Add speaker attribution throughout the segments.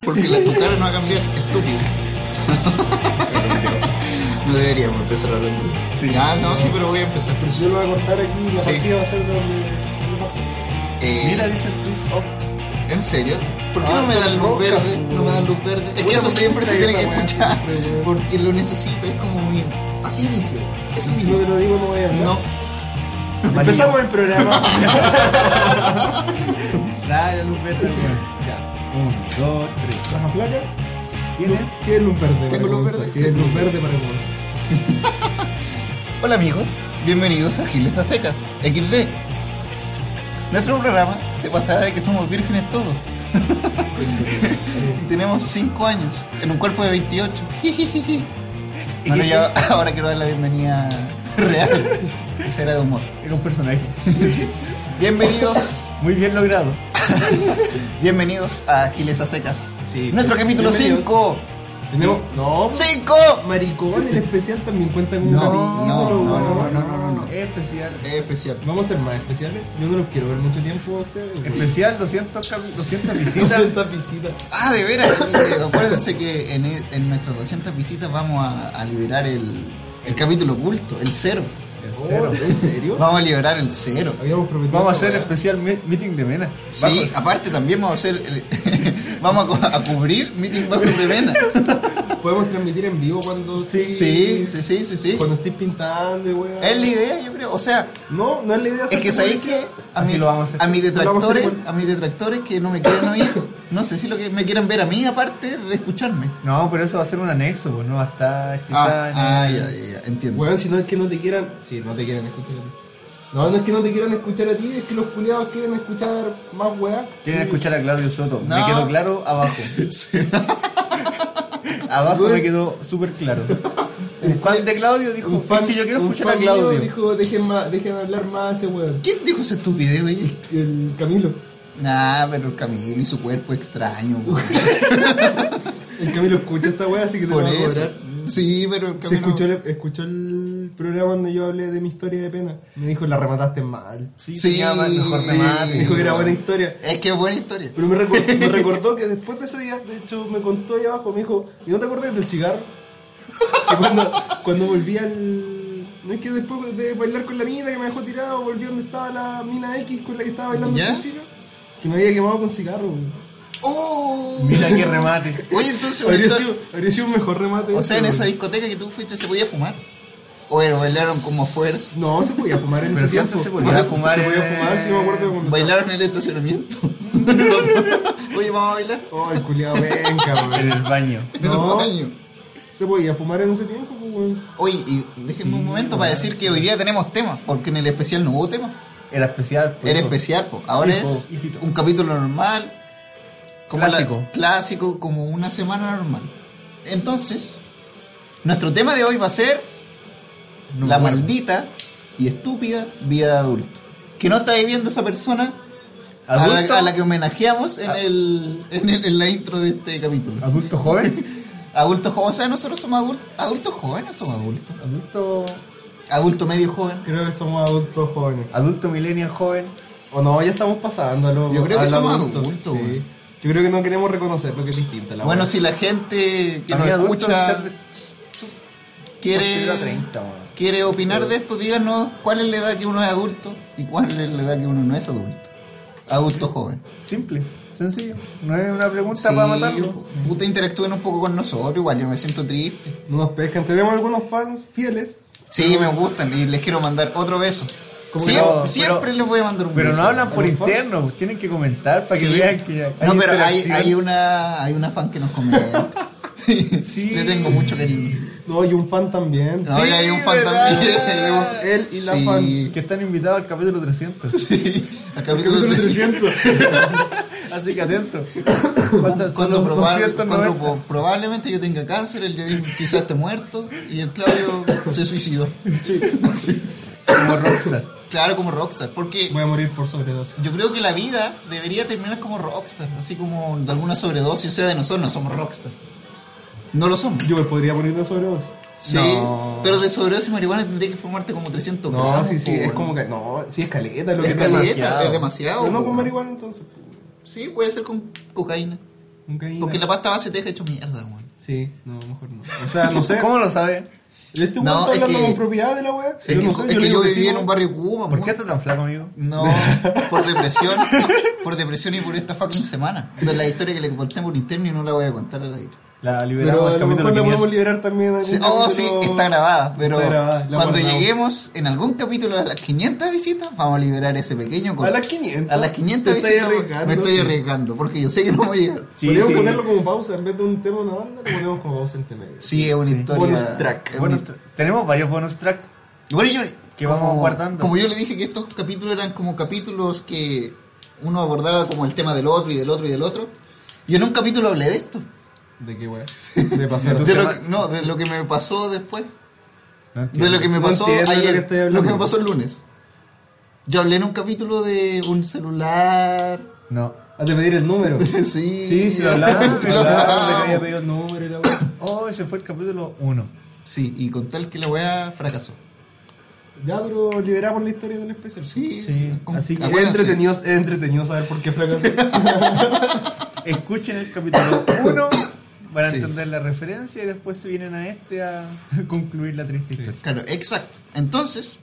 Speaker 1: Porque la tu cara no va a cambiar, estúpido. no deberíamos empezar hablando.
Speaker 2: Sí.
Speaker 1: Ah, no, sí, pero voy a empezar.
Speaker 2: Pero si yo lo voy a contar aquí, la
Speaker 1: Sí.
Speaker 2: partida va a ser donde... Oh,
Speaker 1: Eh,
Speaker 2: Mira, dice twist off.
Speaker 1: ¿En serio? ¿Por qué
Speaker 2: Ah,
Speaker 1: no me
Speaker 2: se
Speaker 1: dan luz
Speaker 2: equivoca.
Speaker 1: verde? No me dan luz verde. Es que
Speaker 2: Bueno,
Speaker 1: eso siempre se
Speaker 2: esa
Speaker 1: tiene que
Speaker 2: weá
Speaker 1: escuchar.
Speaker 2: siempre, weón.
Speaker 1: Porque lo necesito, es como mi. Así inicio. Eso
Speaker 2: Si no te
Speaker 1: inicio.
Speaker 2: lo digo, no voy a hablar.
Speaker 1: No.
Speaker 2: Empezamos el programa.
Speaker 3: Dale, luz verde, weón.
Speaker 2: Ya.
Speaker 3: Un, dos, tres.
Speaker 2: ¿La más flaca?
Speaker 3: ¿Tienes?
Speaker 2: ¿Qué es luz verde?
Speaker 1: Tengo luz
Speaker 2: vergüenza?
Speaker 1: verde.
Speaker 2: ¿Qué es luz verde para vos?
Speaker 1: Hola amigos, bienvenidos a Giles Aztecas, XD. Nuestro programa se pasará de que somos vírgenes todos. y tenemos 5 años en un cuerpo de 28. Jijijiji. bueno, yo ahora quiero dar la bienvenida real. Esa era de humor.
Speaker 3: Era un personaje.
Speaker 1: Bienvenidos,
Speaker 3: Muy bien logrado.
Speaker 1: bienvenidos a Giles a Secas.
Speaker 3: Sí. Oh.
Speaker 1: Nuestro capítulo
Speaker 2: Bienvenidos.
Speaker 1: 5.
Speaker 2: Tenemos... No.
Speaker 1: 5.
Speaker 2: Maricón, el especial también cuenta con un
Speaker 1: No,
Speaker 2: capítulo.
Speaker 1: no, no, no,
Speaker 2: weón.
Speaker 1: no, no, no, no.
Speaker 3: Es especial.
Speaker 1: Eh, Especial.
Speaker 2: Vamos a ser más especiales. Yo no los quiero ver mucho tiempo a ustedes. weón.
Speaker 3: Especial 200, cap- 200
Speaker 2: No
Speaker 3: visitas.
Speaker 2: son tan visitas.
Speaker 1: Ah, de veras. eh, acuérdense que en, e- en nuestras 200 visitas vamos a, a liberar el, el capítulo oculto, el cero.
Speaker 3: El
Speaker 2: Oh,
Speaker 3: cero.
Speaker 2: ¿En serio?
Speaker 1: Vamos a liberar el cero.
Speaker 2: Habíamos prometido.
Speaker 3: Vamos a
Speaker 2: esa
Speaker 3: hacer
Speaker 2: weá.
Speaker 3: especial me- meeting de mena.
Speaker 1: Sí, aparte también vamos a hacer. el- vamos a, co- a cubrir Meeting Bajo de Vena.
Speaker 2: Podemos transmitir en vivo cuando.
Speaker 3: Sí.
Speaker 1: Sí, sí, sí, sí. sí.
Speaker 2: Cuando estés pintando, y weá.
Speaker 1: Es la idea, yo creo. O sea,
Speaker 2: No, no es la idea.
Speaker 1: es que
Speaker 2: hacer
Speaker 1: sabéis que a,
Speaker 3: Así
Speaker 1: mi-
Speaker 3: lo vamos a hacer.
Speaker 1: a mis
Speaker 2: Lo vamos a hacer
Speaker 1: detractores,
Speaker 2: igual.
Speaker 1: a mis detractores que no me quieren oír, no sé si lo que me quieran ver a mí, aparte de escucharme.
Speaker 3: No, pero eso va a ser un anexo, pues no va a estar quizá
Speaker 1: Ah,
Speaker 3: en
Speaker 1: ah,
Speaker 3: el-
Speaker 1: ya, ya, ya, entiendo.
Speaker 2: Weón, si no es que no te quieran. Sí, no te quieran escuchar a ti. No, no es que no te quieran escuchar a ti, es que los culiados quieren escuchar más weá.
Speaker 3: Quieren escuchar a Claudio Soto.
Speaker 1: No.
Speaker 3: Me quedó claro abajo. abajo
Speaker 2: Bueno.
Speaker 3: me quedó súper claro. Un fan de Claudio dijo,
Speaker 2: Un fan
Speaker 3: "Es que yo quiero
Speaker 2: un
Speaker 3: escuchar a
Speaker 2: fan mío
Speaker 3: Claudio.
Speaker 2: Dijo, dejen, más, dejen hablar más a ese weón.
Speaker 1: ¿Quién dijo ese estupidez, oye?
Speaker 2: El Camilo.
Speaker 1: Nah, pero Camilo y su cuerpo extraño, güey.
Speaker 2: El Camilo escucha esta weá, así que te
Speaker 1: Por
Speaker 2: lo va a
Speaker 1: eso.
Speaker 2: cobrar.
Speaker 1: Sí, pero
Speaker 2: Se
Speaker 1: Camilo.
Speaker 2: escuchó, el, escuchó el programa donde yo hablé de mi historia de pena. Me dijo, la remataste mal.
Speaker 3: Sí,
Speaker 1: Sí.
Speaker 3: tenía más- mejor remate.
Speaker 2: Me dijo que era buena historia.
Speaker 1: Es que es buena historia.
Speaker 2: Pero me recordó, me recordó que después de ese día, de hecho, me contó ahí abajo, me dijo, ¿y no te acordás del cigarro? Que cuando, cuando volví al... No es que después de bailar con la mina que me dejó tirado, volví donde estaba la mina X con la que estaba bailando
Speaker 1: ¿Ya?
Speaker 2: al principio, que me había quemado con cigarro. güey.
Speaker 1: ¡Oh!
Speaker 3: Mira qué remate.
Speaker 1: Oye, entonces,
Speaker 2: Habría
Speaker 1: bonito-
Speaker 2: sido, habría sido un mejor remate.
Speaker 1: o sea, en
Speaker 2: ese,
Speaker 1: esa
Speaker 2: güey.
Speaker 1: discoteca que tú fuiste, ¿se podía fumar? O bueno, bailaron como fuera.
Speaker 2: No, se podía fumar en
Speaker 3: Pero
Speaker 2: ese
Speaker 3: si antes
Speaker 2: tiempo.
Speaker 3: se podía fumar
Speaker 2: Se podía
Speaker 3: en-
Speaker 2: fumar, sí, me acuerdo cuando...
Speaker 1: Bailaron en el estacionamiento. Oye, vamos a bailar.
Speaker 2: Oh, el culiado, ven, cabrón.
Speaker 3: En el baño.
Speaker 2: No.
Speaker 1: Baño.
Speaker 2: Se podía fumar en ese tiempo, pues, güey.
Speaker 1: Oye, y déjenme un momento para decir que hoy día tenemos tema, porque en el especial no hubo tema.
Speaker 3: Era especial. pues,
Speaker 1: Era
Speaker 3: hijo.
Speaker 1: especial, po. ahora
Speaker 2: Hijo,
Speaker 1: es
Speaker 2: hijito.
Speaker 1: un capítulo normal, como
Speaker 3: Clásico.
Speaker 1: la- clásico, como una semana normal. Entonces, nuestro tema de hoy va a ser
Speaker 3: No
Speaker 1: la
Speaker 3: me acuerdo.
Speaker 1: maldita y estúpida vida de adulto. Que no está viviendo esa persona a
Speaker 3: ¿Adulto?
Speaker 1: la, a la que homenajeamos en,
Speaker 3: Ah.
Speaker 1: el, en, el- en la intro de este capítulo.
Speaker 3: Adulto joven.
Speaker 1: Adultos jóvenes, o sea, nosotros somos adultos, adultos jóvenes, somos adultos.
Speaker 2: Adulto...
Speaker 1: Adulto medio joven.
Speaker 2: Creo que somos adultos jóvenes.
Speaker 3: Adulto millennial joven.
Speaker 2: O no, ya estamos pasando a lo-
Speaker 1: Yo creo
Speaker 2: a
Speaker 1: que
Speaker 2: lo
Speaker 1: somos
Speaker 2: adulto.
Speaker 1: adultos,
Speaker 2: Sí.
Speaker 1: güey.
Speaker 2: Yo creo que no queremos reconocer lo que es distinta. La
Speaker 1: bueno,
Speaker 2: verdad.
Speaker 1: si la gente que
Speaker 3: También
Speaker 1: nos
Speaker 3: adulto
Speaker 1: escucha
Speaker 3: ser de-
Speaker 1: quiere...
Speaker 3: posterior a 30, weón.
Speaker 1: quiere opinar de esto, díganos cuál es la edad que uno es adulto y cuál es la edad que uno no es adulto. Adulto joven.
Speaker 3: Simple, sencillo. No es una pregunta
Speaker 1: Sí,
Speaker 3: para matarlo.
Speaker 1: puta, interactúen un poco con nosotros, igual yo me siento triste.
Speaker 2: No nos pescan. Tenemos algunos fans fieles.
Speaker 1: Sí, me gustan y les quiero mandar otro beso.
Speaker 2: ¿Cómo
Speaker 1: Siem-
Speaker 2: que
Speaker 3: no?
Speaker 1: siempre
Speaker 3: Pero-
Speaker 1: les voy a mandar un
Speaker 3: Pero
Speaker 1: beso.
Speaker 3: no hablan por
Speaker 2: ¿Algún fan?
Speaker 3: interno, pues, tienen que comentar para que
Speaker 1: Sí.
Speaker 3: vean que hay
Speaker 1: No, pero hay,
Speaker 3: interacción.
Speaker 1: hay una hay una fan que nos comenta.
Speaker 3: Sí.
Speaker 1: Le tengo mucho cariño.
Speaker 2: No, y un fan también.
Speaker 1: No,
Speaker 3: Sí,
Speaker 1: y hay un fan
Speaker 3: ¿verdad?
Speaker 1: también.
Speaker 2: Tenemos él y la fan.
Speaker 3: Que están invitados al capítulo 300.
Speaker 1: Sí, al capítulo 300.
Speaker 3: Así que atento.
Speaker 1: Cuando,
Speaker 3: ¿Cuántas son los
Speaker 1: proba-
Speaker 3: 290?
Speaker 1: cuando po- probablemente yo tenga cáncer, el Yadin quizás esté muerto y el Claudio se suicidó. Sí.
Speaker 3: Como rockstar.
Speaker 1: Claro, como Rockstar. Porque
Speaker 2: Voy a morir por sobredosis.
Speaker 1: yo creo que la vida debería terminar como Rockstar, así como de alguna sobredosis. O sea, de nosotros no somos Rockstar. No lo somos.
Speaker 2: Yo me podría morir de una sobredosis.
Speaker 1: Sí,
Speaker 3: No.
Speaker 1: pero de sobredosis de marihuana tendría que fumarte como 300
Speaker 2: No,
Speaker 1: gramos,
Speaker 2: sí, sí,
Speaker 1: po,
Speaker 2: es como que. No, sí, es caleta lo
Speaker 1: pues, Es
Speaker 2: que
Speaker 1: caleta,
Speaker 3: demasiado.
Speaker 1: es demasiado. pues,
Speaker 2: Pero no
Speaker 1: po.
Speaker 2: con marihuana entonces. pues,
Speaker 1: Sí, puede ser con cocaína.
Speaker 2: Cocaína.
Speaker 1: Porque la pasta base te deja hecho mierda, weón.
Speaker 2: Sí, no, mejor no. O sea, no sé.
Speaker 3: ¿Cómo lo sabe?
Speaker 2: Este weón
Speaker 1: No,
Speaker 2: está
Speaker 1: es
Speaker 2: hablando
Speaker 1: que-
Speaker 2: con propiedad de la weá.
Speaker 1: Es que- es que
Speaker 2: digo
Speaker 1: yo
Speaker 2: que
Speaker 1: viví
Speaker 2: sí,
Speaker 1: en un
Speaker 2: weón.
Speaker 1: barrio Cuba,
Speaker 3: ¿Por
Speaker 1: mon.
Speaker 3: qué está tan flaco, amigo?
Speaker 1: No, por depresión. por depresión y por esta fucking semana. De la historia que le conté por interno y no la voy a contar al aire.
Speaker 3: La
Speaker 2: Pero
Speaker 3: liberamos
Speaker 2: a
Speaker 3: del
Speaker 2: lo mejor
Speaker 3: capítulo
Speaker 2: la
Speaker 3: 500.
Speaker 2: podemos liberar también. en algún
Speaker 1: Sí, oh, sí,
Speaker 2: capítulo.
Speaker 1: está grabada, pero
Speaker 2: Está grabada, la
Speaker 1: cuando
Speaker 2: guardamos.
Speaker 1: lleguemos en algún capítulo a las 500 visitas, vamos a liberar ese pequeño
Speaker 2: A
Speaker 1: corte.
Speaker 2: las 500.
Speaker 1: A las 500
Speaker 2: Te estás
Speaker 1: visitas
Speaker 2: arriesgando.
Speaker 1: me estoy arriesgando, porque yo sé que no voy a llegar.
Speaker 3: Sí,
Speaker 2: Podríamos
Speaker 3: sí.
Speaker 2: ponerlo como pausa. En vez de un tema de una banda, lo ponemos como pausa entre medio.
Speaker 1: Sí, es una historia.
Speaker 2: Bonus track,
Speaker 1: es una
Speaker 3: Bonus
Speaker 1: historia.
Speaker 3: tra- Tenemos varios bonus track.
Speaker 1: Bueno, yo,
Speaker 3: Que vamos guardando.
Speaker 1: Como yo le dije que estos capítulos eran como capítulos que uno abordaba como el tema del otro y del otro y del otro. Yo en un capítulo hablé de esto.
Speaker 2: ¿De qué weá? De pasar.
Speaker 1: De lo que- no, de lo que me pasó después.
Speaker 3: No
Speaker 1: De lo que me
Speaker 2: No
Speaker 1: pasó
Speaker 2: entiendo lo que
Speaker 1: ayer.
Speaker 2: estoy
Speaker 1: Lo que,
Speaker 2: hablando.
Speaker 1: me pasó el lunes. Yo hablé en un capítulo de un celular.
Speaker 3: No.
Speaker 2: Ah, de pedir el número.
Speaker 1: Sí,
Speaker 2: Sí, sí, lo hablamos,
Speaker 1: Sí,
Speaker 2: sí,
Speaker 1: lo
Speaker 2: lo hablamos, de que
Speaker 1: hablamos.
Speaker 2: había pedido el número y la weá.
Speaker 3: Oh, ese fue el capítulo 1.
Speaker 1: Sí, y con tal que la weá fracasó.
Speaker 2: Ya, pero liberamos la historia del especial.
Speaker 1: Sí,
Speaker 3: Sí,
Speaker 1: con-
Speaker 3: así que
Speaker 2: Es
Speaker 1: acuérdense.
Speaker 2: entretenido, es entretenido saber por qué fracasó.
Speaker 3: Escuchen el capítulo 1. Van a
Speaker 1: Sí.
Speaker 3: entender la referencia y después se vienen a este a concluir la triste historia.
Speaker 1: Claro, exacto. Entonces,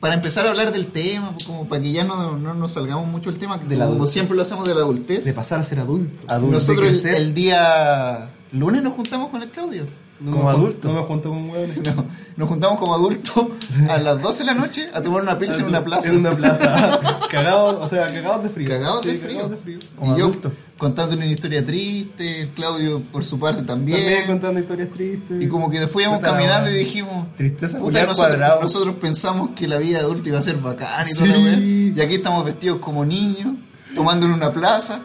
Speaker 1: para empezar a hablar del tema, pues, como para que ya no, no nos salgamos mucho el tema,
Speaker 2: la
Speaker 1: como
Speaker 2: adultez.
Speaker 1: siempre lo hacemos de la adultez,
Speaker 2: De pasar a ser adulto.
Speaker 3: Adulto.
Speaker 1: nosotros
Speaker 3: de
Speaker 1: el,
Speaker 3: crecer.
Speaker 1: el día lunes nos juntamos con el Claudio.
Speaker 2: No
Speaker 3: Como
Speaker 2: me jun-
Speaker 3: adulto.
Speaker 2: No me junto con hueones.
Speaker 1: No, nos juntamos como adultos a las 12 de la noche a tomar una pizza en una plaza.
Speaker 2: En una plaza. cagados, o sea, cagados de frío.
Speaker 1: Cagados de
Speaker 2: Sí,
Speaker 1: frío.
Speaker 2: Cagados de frío.
Speaker 3: Como
Speaker 1: y yo
Speaker 3: adulto.
Speaker 1: contando una historia triste, Claudio por su parte también.
Speaker 2: También contando historias tristes.
Speaker 1: y como que después íbamos
Speaker 3: Puta la
Speaker 1: caminando y
Speaker 3: wea.
Speaker 1: dijimos,
Speaker 3: Tristeza
Speaker 1: puta,
Speaker 3: culiar
Speaker 1: nosotros,
Speaker 3: cuadrado.
Speaker 1: nosotros pensamos que la vida adulta iba a ser bacana y toda la
Speaker 3: Sí.
Speaker 1: wea. Y aquí estamos vestidos como niños, tomando en una plaza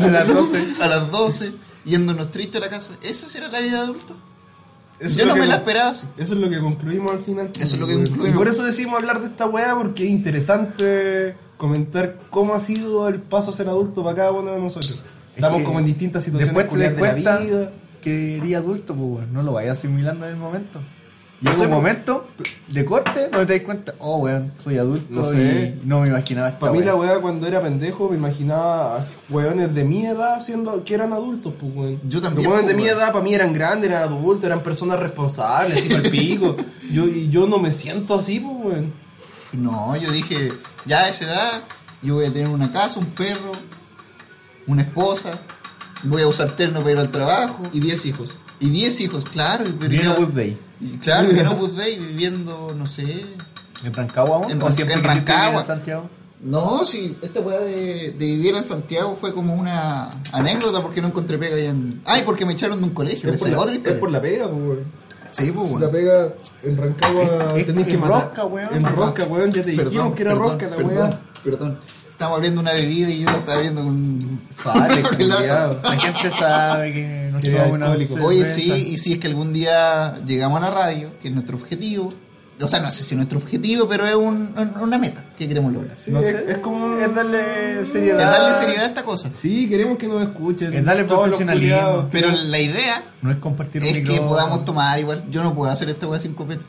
Speaker 3: A las 12.
Speaker 1: a las 12, yéndonos tristes a la casa. ¿Esa será la vida adulta?
Speaker 2: Eso
Speaker 1: Yo
Speaker 2: es
Speaker 1: no
Speaker 2: lo
Speaker 1: me
Speaker 2: que-
Speaker 1: la esperaba así.
Speaker 2: Eso es lo que concluimos al final.
Speaker 1: Eso es lo que
Speaker 2: Y
Speaker 1: concluimos.
Speaker 2: por eso decidimos hablar de esta weá, porque es interesante comentar cómo ha sido el paso a ser adulto para cada uno de nosotros. Estamos
Speaker 3: Es que
Speaker 2: como en distintas situaciones
Speaker 3: Después te das
Speaker 2: culiadas de la
Speaker 3: cuenta
Speaker 2: vida.
Speaker 3: que eres adulto, pues, weón. No lo vayas asimilando en el momento. Llega
Speaker 2: sé,
Speaker 3: un
Speaker 2: pues.
Speaker 3: momento de corte donde te das cuenta, oh, weón, soy adulto
Speaker 2: No sé.
Speaker 3: y no me imaginaba esta
Speaker 2: Para mí
Speaker 3: weá.
Speaker 2: la weá cuando era pendejo me imaginaba a weones de mi edad siendo que eran adultos, pues weón.
Speaker 1: Yo también,
Speaker 2: Los weones
Speaker 1: pues,
Speaker 2: de mi
Speaker 1: weón.
Speaker 2: edad para mí eran grandes, eran adultos, eran personas responsables, hiper pico. Yo, y yo no me siento así, pues weón.
Speaker 1: No, yo dije, ya a esa edad, yo voy a tener una casa, un perro, una esposa, voy a usar terno para ir al trabajo
Speaker 2: Y 10 hijos.
Speaker 1: y 10 hijos, claro. Y, pero
Speaker 3: Bien
Speaker 1: ya-
Speaker 3: Opus Dei.
Speaker 1: y claro, que no pude viviendo, no sé.
Speaker 3: ¿En Rancagua aún?
Speaker 1: En
Speaker 3: ¿O
Speaker 1: Ran-
Speaker 3: siempre
Speaker 1: en
Speaker 3: quisiste vivir
Speaker 1: Rancagua.
Speaker 3: en Santiago?
Speaker 1: No, si esta weá de, de vivir en Santiago fue como una anécdota porque no encontré pega allá en. Ay, porque me echaron de un colegio.
Speaker 2: Es
Speaker 1: esa
Speaker 2: por,
Speaker 1: es
Speaker 2: la,
Speaker 1: otra historia.
Speaker 2: es por la pega, pues weón.
Speaker 1: Sí, pues,
Speaker 2: La
Speaker 1: bueno.
Speaker 2: pega en Rancagua
Speaker 3: Es- es-
Speaker 2: tenés que
Speaker 3: en
Speaker 2: matar.
Speaker 3: rosca, weón.
Speaker 2: En rosca, weón, ya te dijimos que era rosca la
Speaker 1: perdón,
Speaker 2: weá.
Speaker 1: Perdón. Estamos abriendo una bebida y yo la estaba abriendo con.
Speaker 2: Sale,
Speaker 1: Con
Speaker 2: culiao.
Speaker 3: La gente sabe que nos
Speaker 2: Que
Speaker 3: tomamos una
Speaker 2: alcohólico.
Speaker 3: cerveza.
Speaker 1: Oye, sí, y si es que algún día llegamos a la radio, que es nuestro objetivo, o sea, no sé si nuestro objetivo, pero es un- un- una meta que queremos lograr.
Speaker 2: Sí,
Speaker 3: No
Speaker 2: es,
Speaker 3: sé.
Speaker 2: es como un-
Speaker 3: Es darle
Speaker 1: Es
Speaker 3: seriedad.
Speaker 1: darle seriedad a esta cosa.
Speaker 2: Sí, queremos que nos escuchen.
Speaker 3: Es darle
Speaker 2: todos los
Speaker 3: profesionalismo.
Speaker 2: culiados.
Speaker 1: Pero la idea
Speaker 3: No es compartir un
Speaker 1: es que
Speaker 3: micrófono.
Speaker 1: podamos tomar igual. Yo no puedo hacer esta weá sin copete.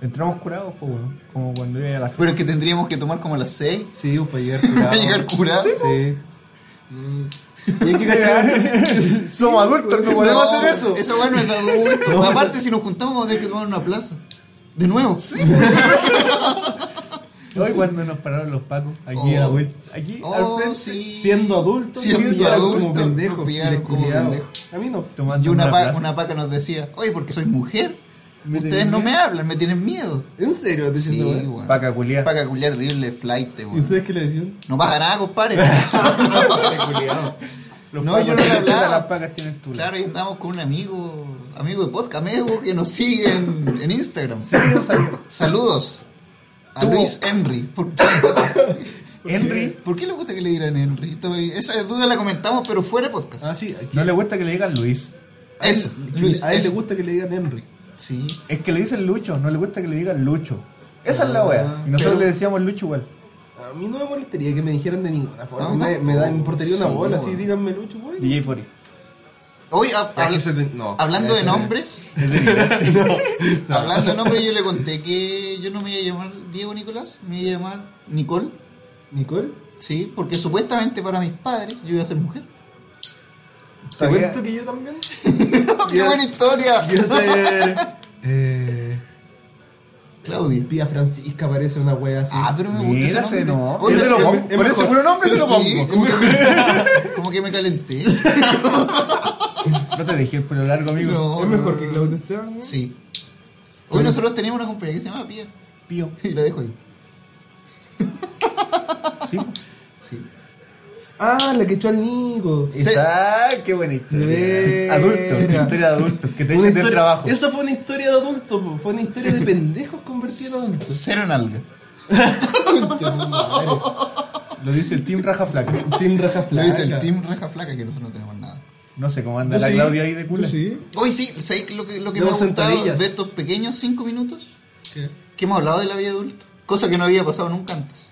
Speaker 3: Entramos curados, pues, weón. Como cuando iba a la fiesta.
Speaker 1: Pero es que tendríamos que tomar como a las 6
Speaker 2: Sí, pues, para llegar curado.
Speaker 1: para llegar curado.
Speaker 2: Sí. Mm. Y hay que cachar.
Speaker 3: Somos adultos, no podemos hacer eso.
Speaker 1: Esa weá no es de adulto.
Speaker 2: No,
Speaker 1: Aparte, si nos juntamos, vamos a tener que tomar una plaza. De nuevo.
Speaker 3: Hoy cuando nos pararon los pacos, aquí
Speaker 1: Oh.
Speaker 3: a la vuelta. Aquí
Speaker 1: Oh,
Speaker 3: al frente.
Speaker 1: sí.
Speaker 2: Siendo adultos,
Speaker 1: Siendo
Speaker 2: nos pillaron como
Speaker 1: adultos,
Speaker 2: pendejos.
Speaker 1: nos pillaron
Speaker 2: y
Speaker 1: como
Speaker 2: desculiados.
Speaker 1: pendejos.
Speaker 2: A mí no.
Speaker 3: Tomando
Speaker 1: Y una,
Speaker 3: una
Speaker 1: pa-
Speaker 3: plaza.
Speaker 1: una paca nos decía, oye, porque soy mujer,
Speaker 3: Me
Speaker 1: ustedes
Speaker 3: tienen
Speaker 1: no me
Speaker 3: miedo".
Speaker 1: hablan, me tienen miedo.
Speaker 2: ¿En serio? ¿Te
Speaker 1: Sí,
Speaker 2: siento mal?
Speaker 1: weón.
Speaker 3: Paca culia.
Speaker 1: Paca culia terrible flight, weón.
Speaker 2: ¿Y ustedes qué le decían?
Speaker 1: No pasa nada, compadre.
Speaker 3: Los
Speaker 1: No,
Speaker 3: pacos
Speaker 1: yo no le
Speaker 3: tienen
Speaker 1: hablaba.
Speaker 3: tula, Las pacas tienen tula.
Speaker 1: claro, y andamos con un amigo, amigo de podcast, amigo que nos sigue en, en Instagram.
Speaker 3: Sí, yo sabía.
Speaker 1: Saludos a
Speaker 3: Tuvo-
Speaker 1: Luis Henry. ¿Por qué?
Speaker 3: Henry
Speaker 1: ¿Por qué le gusta que le digan Henry? Estoy- Esa duda la comentamos, pero fuera de podcast.
Speaker 2: Ah, sí. aquí-
Speaker 3: no le gusta que le digan Luis.
Speaker 2: a él-
Speaker 1: Eso, Luis,
Speaker 2: A él le
Speaker 1: eso.
Speaker 2: gusta que le digan Henry.
Speaker 1: Sí.
Speaker 3: Es que le dicen Lucho, no le gusta que le digan Lucho. Esa es la
Speaker 1: Ah,
Speaker 3: wea. Y nosotros
Speaker 2: Pero-
Speaker 3: le decíamos Lucho igual.
Speaker 2: A mí no me molestaría que me dijeran de ninguna forma.
Speaker 1: No,
Speaker 2: me,
Speaker 1: no.
Speaker 2: me da, me importaría una
Speaker 1: Sí, bueno.
Speaker 2: bola, así díganme Lucho, güey.
Speaker 3: DJ Fori.
Speaker 1: Hoy, a-
Speaker 2: Ya,
Speaker 1: habla-
Speaker 2: ese de- no,
Speaker 1: hablando
Speaker 2: ese
Speaker 1: de
Speaker 2: de-
Speaker 1: nombres, hablando de nombres, yo le conté que yo no me iba a llamar Diego Nicolás, me iba a llamar Nicole.
Speaker 2: Nicole,
Speaker 1: Sí, porque supuestamente para mis padres yo iba a ser mujer.
Speaker 2: te
Speaker 3: Todavía-
Speaker 2: cuento que yo también.
Speaker 1: ¡Qué buena historia!
Speaker 2: Yo sé. Eh,
Speaker 1: Claudia.
Speaker 2: Pía Francisca parece una wea así.
Speaker 1: Ah, pero me gusta
Speaker 3: Mira,
Speaker 1: ese
Speaker 3: se
Speaker 1: nombre.
Speaker 3: no.
Speaker 1: Oye,
Speaker 3: Yo te lo
Speaker 1: es-
Speaker 3: pongo.
Speaker 1: es
Speaker 3: Por
Speaker 1: mejor.
Speaker 3: ese puro nombre te lo
Speaker 1: Sí,
Speaker 3: pongo.
Speaker 1: Como que, me, como que me calenté.
Speaker 3: No te dejé el pelo largo, amigo.
Speaker 1: No.
Speaker 2: es mejor que Claudio Esteban. ¿no?
Speaker 1: Sí. Hoy nosotros teníamos una compañera que se llama Pía.
Speaker 3: Pío.
Speaker 1: Y la dejo ahí.
Speaker 3: Sí.
Speaker 1: Sí.
Speaker 2: Ah, la que echó al Nico.
Speaker 1: Sí.
Speaker 3: Esa, ah, qué buena historia.
Speaker 2: Vera.
Speaker 3: Adultos, historia de adultos, que
Speaker 2: Una
Speaker 3: te echen del
Speaker 2: historia-
Speaker 3: trabajo.
Speaker 2: Esa fue una historia de adultos, po. fue una historia de pendejos convertidos en adultos.
Speaker 1: Cero nalga.
Speaker 2: Concha de madre.
Speaker 3: Lo dice el Team Raja Flaca.
Speaker 2: Team Raja
Speaker 1: Lo
Speaker 2: Flaca.
Speaker 1: dice el team reja flaca que nosotros no tenemos nada.
Speaker 3: No sé cómo anda
Speaker 2: Yo
Speaker 3: la
Speaker 2: sí,
Speaker 3: Claudia ahí de culo.
Speaker 2: yo Sí.
Speaker 1: Hoy Pues sí, ¿sabéis lo que, lo que me ha
Speaker 2: Vemos
Speaker 1: gustado
Speaker 2: sentadillas.
Speaker 1: de estos pequeños cinco minutos? Que hemos hablado de la vida adulta. Cosa que no había pasado nunca antes.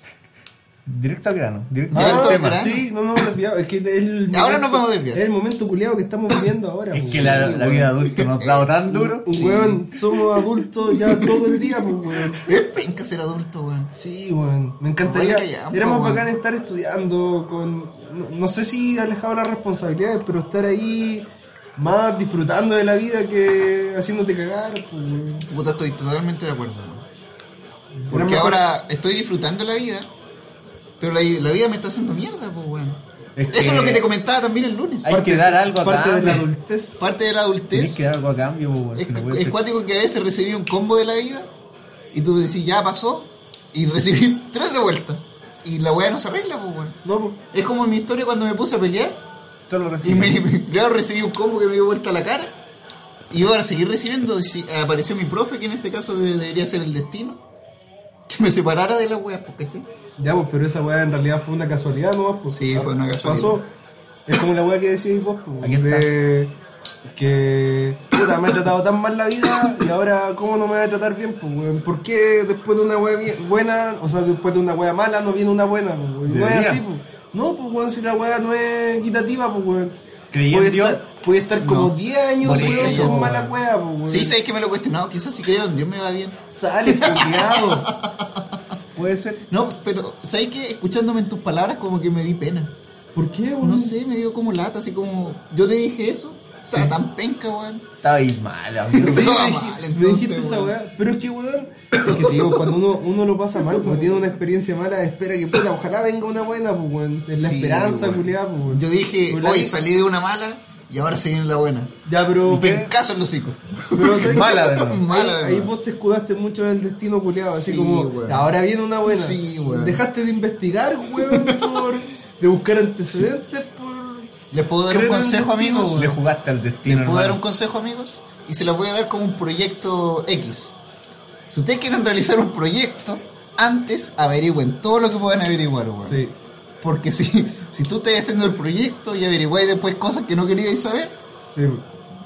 Speaker 3: Directo al grano. Directo
Speaker 1: Ah,
Speaker 3: al
Speaker 1: Directo al
Speaker 3: tema.
Speaker 1: grano.
Speaker 2: sí, no nos hemos desviado. Es que es el
Speaker 1: Ahora nos vamos a desviar.
Speaker 2: Es el momento culiado que estamos viviendo ahora.
Speaker 3: Es
Speaker 2: po.
Speaker 3: que la, la vida adulta nos ha dado tan duro.
Speaker 2: Un Weón, somos adultos ya todo el día, pues, weón.
Speaker 1: Es penca ser adulto, weón.
Speaker 2: Sí, weón. Me encantaría.
Speaker 1: Vale, callamos,
Speaker 2: Era más
Speaker 1: pues, weón.
Speaker 2: bacán estar estudiando con. No, no sé si alejado de las responsabilidades, pero estar ahí más disfrutando de la vida que haciéndote cagar, pues, weón.
Speaker 1: Puta, estoy totalmente de acuerdo. weón.
Speaker 2: Era
Speaker 1: Porque
Speaker 2: mejor-
Speaker 1: ahora estoy disfrutando la vida, pero la, la vida me está haciendo mierda, pues, weón.
Speaker 3: Es
Speaker 1: Eso es lo
Speaker 3: que-
Speaker 1: que te comentaba también el lunes.
Speaker 3: Hay que dar algo a
Speaker 2: Parte de la
Speaker 3: cambio.
Speaker 2: adultez.
Speaker 1: Parte de la
Speaker 3: Tienes
Speaker 1: adultez
Speaker 3: que dar algo a cambio, po, weón,
Speaker 1: es,
Speaker 3: si no puede
Speaker 1: es
Speaker 3: ser.
Speaker 1: cuático que a veces recibí un combo de la vida y tú decís, ya pasó, y recibí tres de vuelta. Y la weá no se arregla, pues, weón.
Speaker 2: No, po.
Speaker 1: Es como en mi historia cuando me puse a pelear
Speaker 3: Solo
Speaker 1: y me,
Speaker 3: recibes.
Speaker 1: me- claro, recibí un combo que me dio vuelta la cara. Y iba a seguir recibiendo. Y si- apareció mi profe, que en este caso de- debería ser el destino, que me separara de la weá, porque estoy.
Speaker 2: Ya, pues, pero esa weá en realidad fue una casualidad nomás, pues.
Speaker 1: Sí, fue una casualidad.
Speaker 2: Pasó. Es como la weá que decís vos, pues.
Speaker 3: Aquí está.
Speaker 2: de- Que. Puta, me ha tratado tan mal la vida y ahora, ¿cómo no me va a tratar bien, pues, weón? ¿Por qué después de una weá bien- buena, o sea, después de una weá mala, no viene una buena, pues, weón? No es
Speaker 3: Debería.
Speaker 2: así, pues. No, pues, weón, si la weá no es equitativa, pues, weón.
Speaker 3: Creí en
Speaker 2: Puede
Speaker 3: Dios.
Speaker 2: estar, puede estar como
Speaker 1: No.
Speaker 2: 10 años,
Speaker 1: Por
Speaker 2: weón,
Speaker 1: eso,
Speaker 2: sin
Speaker 1: weón.
Speaker 2: mala weá, pues, weón.
Speaker 1: Sí, sabes que me lo he cuestionado. Quizás si creo en Dios me va bien.
Speaker 2: Sale, pues, culiao.
Speaker 3: Puede ser.
Speaker 1: No, pero sabes que escuchándome en tus palabras, como que me di pena.
Speaker 2: ¿Por qué, weón?
Speaker 1: No sé, me dio como lata, así como. Yo te dije eso. Estaba tan penca, weón.
Speaker 3: Estaba ahí mal,
Speaker 2: Sí,
Speaker 3: amigo.
Speaker 1: Estaba
Speaker 2: me dij-
Speaker 1: mal,
Speaker 2: me
Speaker 1: entonces,
Speaker 2: dijiste esa
Speaker 1: weón.
Speaker 2: weá. Pero es que, weón, es que sí, weón, cuando uno, uno lo pasa mal, cuando tiene una experiencia mala, espera que, puta, ojalá venga una buena, pues, weón. Es la
Speaker 1: Sí,
Speaker 2: esperanza,
Speaker 1: weón.
Speaker 2: culiada, pues, weón.
Speaker 1: Yo dije,
Speaker 2: Pero la
Speaker 1: hoy
Speaker 2: vi-
Speaker 1: salí de una mala y ahora se viene la buena.
Speaker 2: Ya, pero.
Speaker 1: Un pencazo en los hijos.
Speaker 2: pero ¿sabes
Speaker 3: Mala,
Speaker 2: qué?
Speaker 3: de nuevo.
Speaker 1: Mala, de
Speaker 2: Ahí, ahí
Speaker 1: nuevo.
Speaker 2: vos te escudaste mucho en el destino culiado, así
Speaker 1: Sí,
Speaker 2: como
Speaker 1: weón.
Speaker 2: ahora viene una buena.
Speaker 1: Sí, weón.
Speaker 2: Dejaste de investigar, weón, por, de buscar antecedentes por
Speaker 1: ¿Les puedo dar un
Speaker 2: Creo en
Speaker 1: consejo,
Speaker 2: los
Speaker 1: amigos?
Speaker 3: Le jugaste al destino,
Speaker 1: ¿Les puedo dar un
Speaker 3: hermano.
Speaker 1: consejo, amigos? Y se los voy a dar como un proyecto X. Si ustedes quieren realizar un proyecto, antes averigüen todo lo que puedan averiguar, weón.
Speaker 2: sí.
Speaker 1: Porque si, si tú estás haciendo el proyecto y averiguáis después cosas que no queríais saber,
Speaker 2: sí.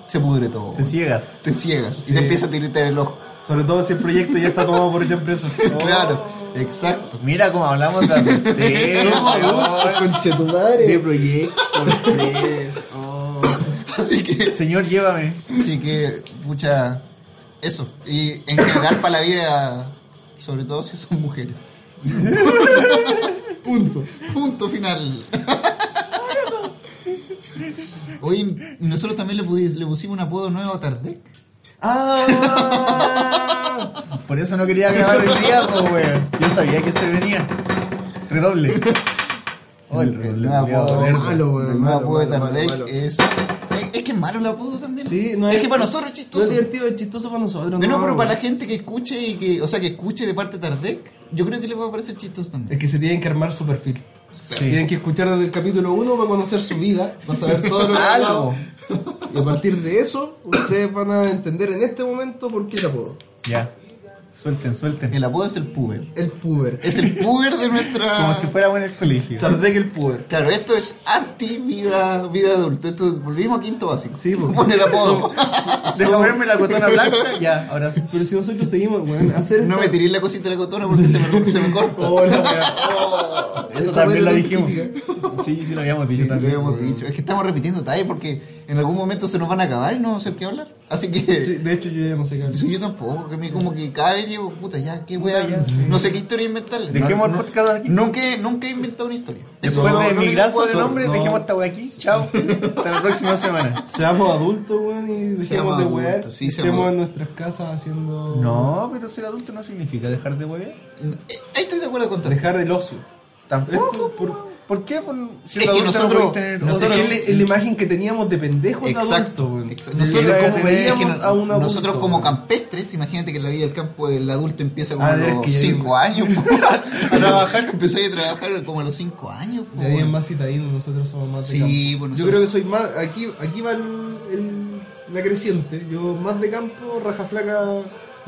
Speaker 1: se pudre todo.
Speaker 3: Te
Speaker 1: weón.
Speaker 3: ciegas.
Speaker 1: Te ciegas
Speaker 2: Sí.
Speaker 1: y te empieza a tiritar el ojo.
Speaker 2: Sobre todo si el proyecto ya está tomado por otra empresa.
Speaker 3: Oh.
Speaker 1: Claro, exacto.
Speaker 3: Mira cómo hablamos de
Speaker 2: Oh,
Speaker 3: adultez,
Speaker 2: Conche tu
Speaker 3: de
Speaker 2: madre.
Speaker 3: proyectos.
Speaker 2: oh.
Speaker 1: Así que,
Speaker 3: Señor, llévame.
Speaker 1: así que, pucha, eso. Y en general para la vida, sobre todo si son mujeres.
Speaker 2: Punto.
Speaker 1: Punto final. Hoy nosotros también le, pudi- le pusimos un apodo nuevo a Tardec.
Speaker 2: Ah,
Speaker 3: Por eso no quería grabar el día, po, weón. Yo sabía que se venía. Redoble. Oh, el redoble.
Speaker 1: nuevo
Speaker 3: culiao,
Speaker 1: apodo,
Speaker 3: verde.
Speaker 2: malo, weón,
Speaker 1: el nuevo
Speaker 2: malo,
Speaker 1: apodo de
Speaker 2: malo,
Speaker 1: Tardec
Speaker 2: malo, malo.
Speaker 1: es... Es es que es malo el apodo también.
Speaker 2: sí, no
Speaker 1: es, que para nosotros es chistoso.
Speaker 2: No es divertido, es chistoso para nosotros.
Speaker 1: Pero no, pero para la
Speaker 2: weón.
Speaker 1: gente que escuche y que, o sea, que escuche de parte de Tardec, yo creo que le va a parecer chistoso también.
Speaker 2: Es que se tienen que armar su perfil. Tienen
Speaker 3: Sí.
Speaker 2: que escuchar desde el capítulo 1 para conocer su vida, para saber todo lo que ha hablado.
Speaker 3: Algo.
Speaker 2: Y a partir de eso, ustedes van a entender en este momento por qué la puedo.
Speaker 3: Ya. Suelten, suelten.
Speaker 1: El apodo es el puber.
Speaker 2: El puber.
Speaker 1: Es el puber de nuestra.
Speaker 3: Como si fuéramos en el colegio.
Speaker 2: Tardé que el puber.
Speaker 1: Claro, esto es anti vida, vida adulto. Esto volvimos a quinto básico.
Speaker 2: Sí, pues.
Speaker 1: Pon el apodo.
Speaker 3: De comerme la cotona blanca, ya, ahora sí.
Speaker 2: Pero si nosotros seguimos, weón, a hacer.
Speaker 1: No me
Speaker 2: esta-
Speaker 1: tiré la cosita de la cotona porque se me rompe, se me corta.
Speaker 2: Oh, la wea. Oh.
Speaker 3: Eso
Speaker 2: Esa
Speaker 3: también
Speaker 2: wea
Speaker 3: lo
Speaker 2: es
Speaker 3: dijimos.
Speaker 2: típica.
Speaker 3: Sí, sí, lo habíamos
Speaker 1: Sí,
Speaker 3: dicho
Speaker 1: sí, lo
Speaker 3: también.
Speaker 1: habíamos dicho. Es que estamos repitiendo talla porque en algún momento se nos van a acabar y no sé qué hablar. Así que.
Speaker 2: Sí, de hecho, yo ya no sé qué hablar.
Speaker 1: Sí, yo tampoco, que me como que cada vez digo, puta, ya, qué
Speaker 3: Puta,
Speaker 1: wea,
Speaker 3: ya, sí.
Speaker 1: no sé qué historia inventarle.
Speaker 3: Dejemos
Speaker 1: No,
Speaker 3: el podcast
Speaker 1: no,
Speaker 3: aquí.
Speaker 1: nunca, nunca he inventado una historia.
Speaker 3: Después
Speaker 2: No,
Speaker 3: de
Speaker 2: no
Speaker 3: mi graso de
Speaker 2: ningún
Speaker 3: nombre,
Speaker 2: no.
Speaker 3: dejemos esta wea aquí. Chao. Hasta la próxima semana.
Speaker 2: Seamos adultos, weón, y
Speaker 1: Seamos
Speaker 2: dejemos de wear.
Speaker 1: adultos, sí, seamos-
Speaker 2: estemos en nuestras casas haciendo.
Speaker 3: No, pero ser adulto no significa dejar de huevear.
Speaker 1: Eh, Ahí estoy de acuerdo con Tarja.
Speaker 2: Dejar del ocio.
Speaker 3: Tampoco.
Speaker 2: Esto, por-
Speaker 3: ¿Por qué? Por,
Speaker 1: Es que
Speaker 3: adulto
Speaker 1: nosotros-
Speaker 3: podéis tener
Speaker 1: nosotros-
Speaker 2: es que
Speaker 3: ocio.
Speaker 2: es la- es la imagen que teníamos de pendejos de
Speaker 1: Exacto,
Speaker 2: adulto, weón.
Speaker 1: exacto.
Speaker 2: Nosotros como
Speaker 3: Nosotros como
Speaker 1: Es
Speaker 3: veíamos
Speaker 2: veíamos
Speaker 1: que
Speaker 2: a un
Speaker 1: no-
Speaker 2: adulto.
Speaker 1: nosotros como
Speaker 2: weón.
Speaker 1: campestres, imagínate que en la vida del campo el adulto empieza como
Speaker 2: Ah,
Speaker 1: a
Speaker 2: es
Speaker 1: los
Speaker 2: que ya
Speaker 1: 5
Speaker 2: digo-
Speaker 1: años po, a trabajar, empecé a trabajar como a los 5 años. po,
Speaker 2: Ya bien
Speaker 1: weón.
Speaker 2: más citadinos, nosotros somos más de
Speaker 1: Sí,
Speaker 2: campo.
Speaker 1: pues
Speaker 2: Yo
Speaker 1: nosotros-
Speaker 2: creo que soy más. Aquí, aquí va el- el- la creciente. Yo más de campo, raja flaca.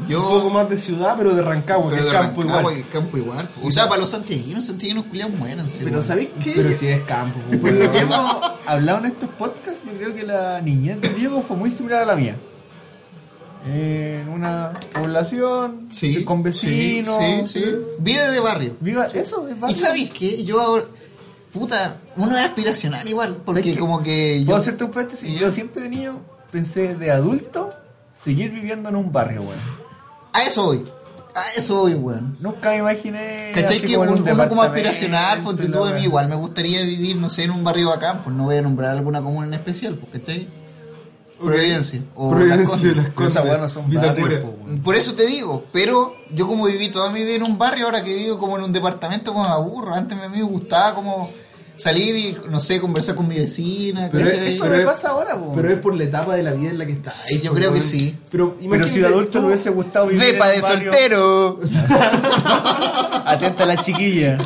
Speaker 1: Yo-
Speaker 2: Un poco más de ciudad, pero de Rancagua,
Speaker 1: pero
Speaker 2: que
Speaker 1: de
Speaker 2: es campo
Speaker 1: Rancagua,
Speaker 2: igual.
Speaker 1: que es campo igual. po. O sea, para los santiaguinos, santiaguinos culiados muéranse.
Speaker 3: Pero
Speaker 1: weón.
Speaker 3: ¿sabéis qué?
Speaker 2: Pero si es campo,
Speaker 1: pues,
Speaker 2: weón.
Speaker 3: Por Pues lo que hemos hablado en estos podcasts, yo creo que la niñez de Diego fue muy similar a la mía. En una población,
Speaker 1: Sí,
Speaker 3: con vecinos.
Speaker 1: Sí, sí, sí. Vida de barrio.
Speaker 3: Viva, eso es
Speaker 1: ¿Y
Speaker 3: básico.
Speaker 1: sabéis qué? Yo ahora. Puta, uno es aspiracional igual, porque
Speaker 3: ¿Sabes qué?
Speaker 1: como que yo.
Speaker 3: Puedo hacerte un paréntesis. Yo siempre de niño pensé de adulto seguir viviendo en un barrio, weón.
Speaker 1: A eso voy. A eso voy, weón.
Speaker 3: Nunca me imaginé.
Speaker 1: ¿Cachai?
Speaker 3: así
Speaker 1: Que
Speaker 3: como en
Speaker 1: uno,
Speaker 3: un
Speaker 1: uno como
Speaker 3: departamento
Speaker 1: aspiracional,
Speaker 3: y
Speaker 1: ponte
Speaker 3: la
Speaker 1: tú a mí
Speaker 3: weá.
Speaker 1: igual. Me gustaría vivir, no sé, en un barrio bacán, pues no voy a nombrar alguna comuna en especial, pues, ¿cachai? Providencia. O Las
Speaker 2: Providencia,
Speaker 1: Condes.
Speaker 2: las
Speaker 3: Pero esas
Speaker 2: Condes,
Speaker 3: weas no son
Speaker 2: Vitacura.
Speaker 3: barrios, po, weón.
Speaker 1: Por eso te digo, pero yo como viví toda mi vida en un barrio, ahora que vivo como en un departamento, como me aburro. Antes a mí me gustaba como salir y, no sé, conversar con mi vecina.
Speaker 2: Pero
Speaker 1: ¿cachai?
Speaker 3: Eso
Speaker 2: Pero
Speaker 3: me
Speaker 2: es-
Speaker 3: pasa ahora, po.
Speaker 2: Pero es por la etapa de la vida en la que está.
Speaker 1: Sí, yo creo que sí.
Speaker 2: Pero,
Speaker 3: Pero si de adulto
Speaker 2: tú-
Speaker 3: le hubiese gustado vivir.
Speaker 1: Depa
Speaker 3: en
Speaker 1: de
Speaker 3: un barrio-
Speaker 1: soltero.
Speaker 3: Atenta a la chiquilla.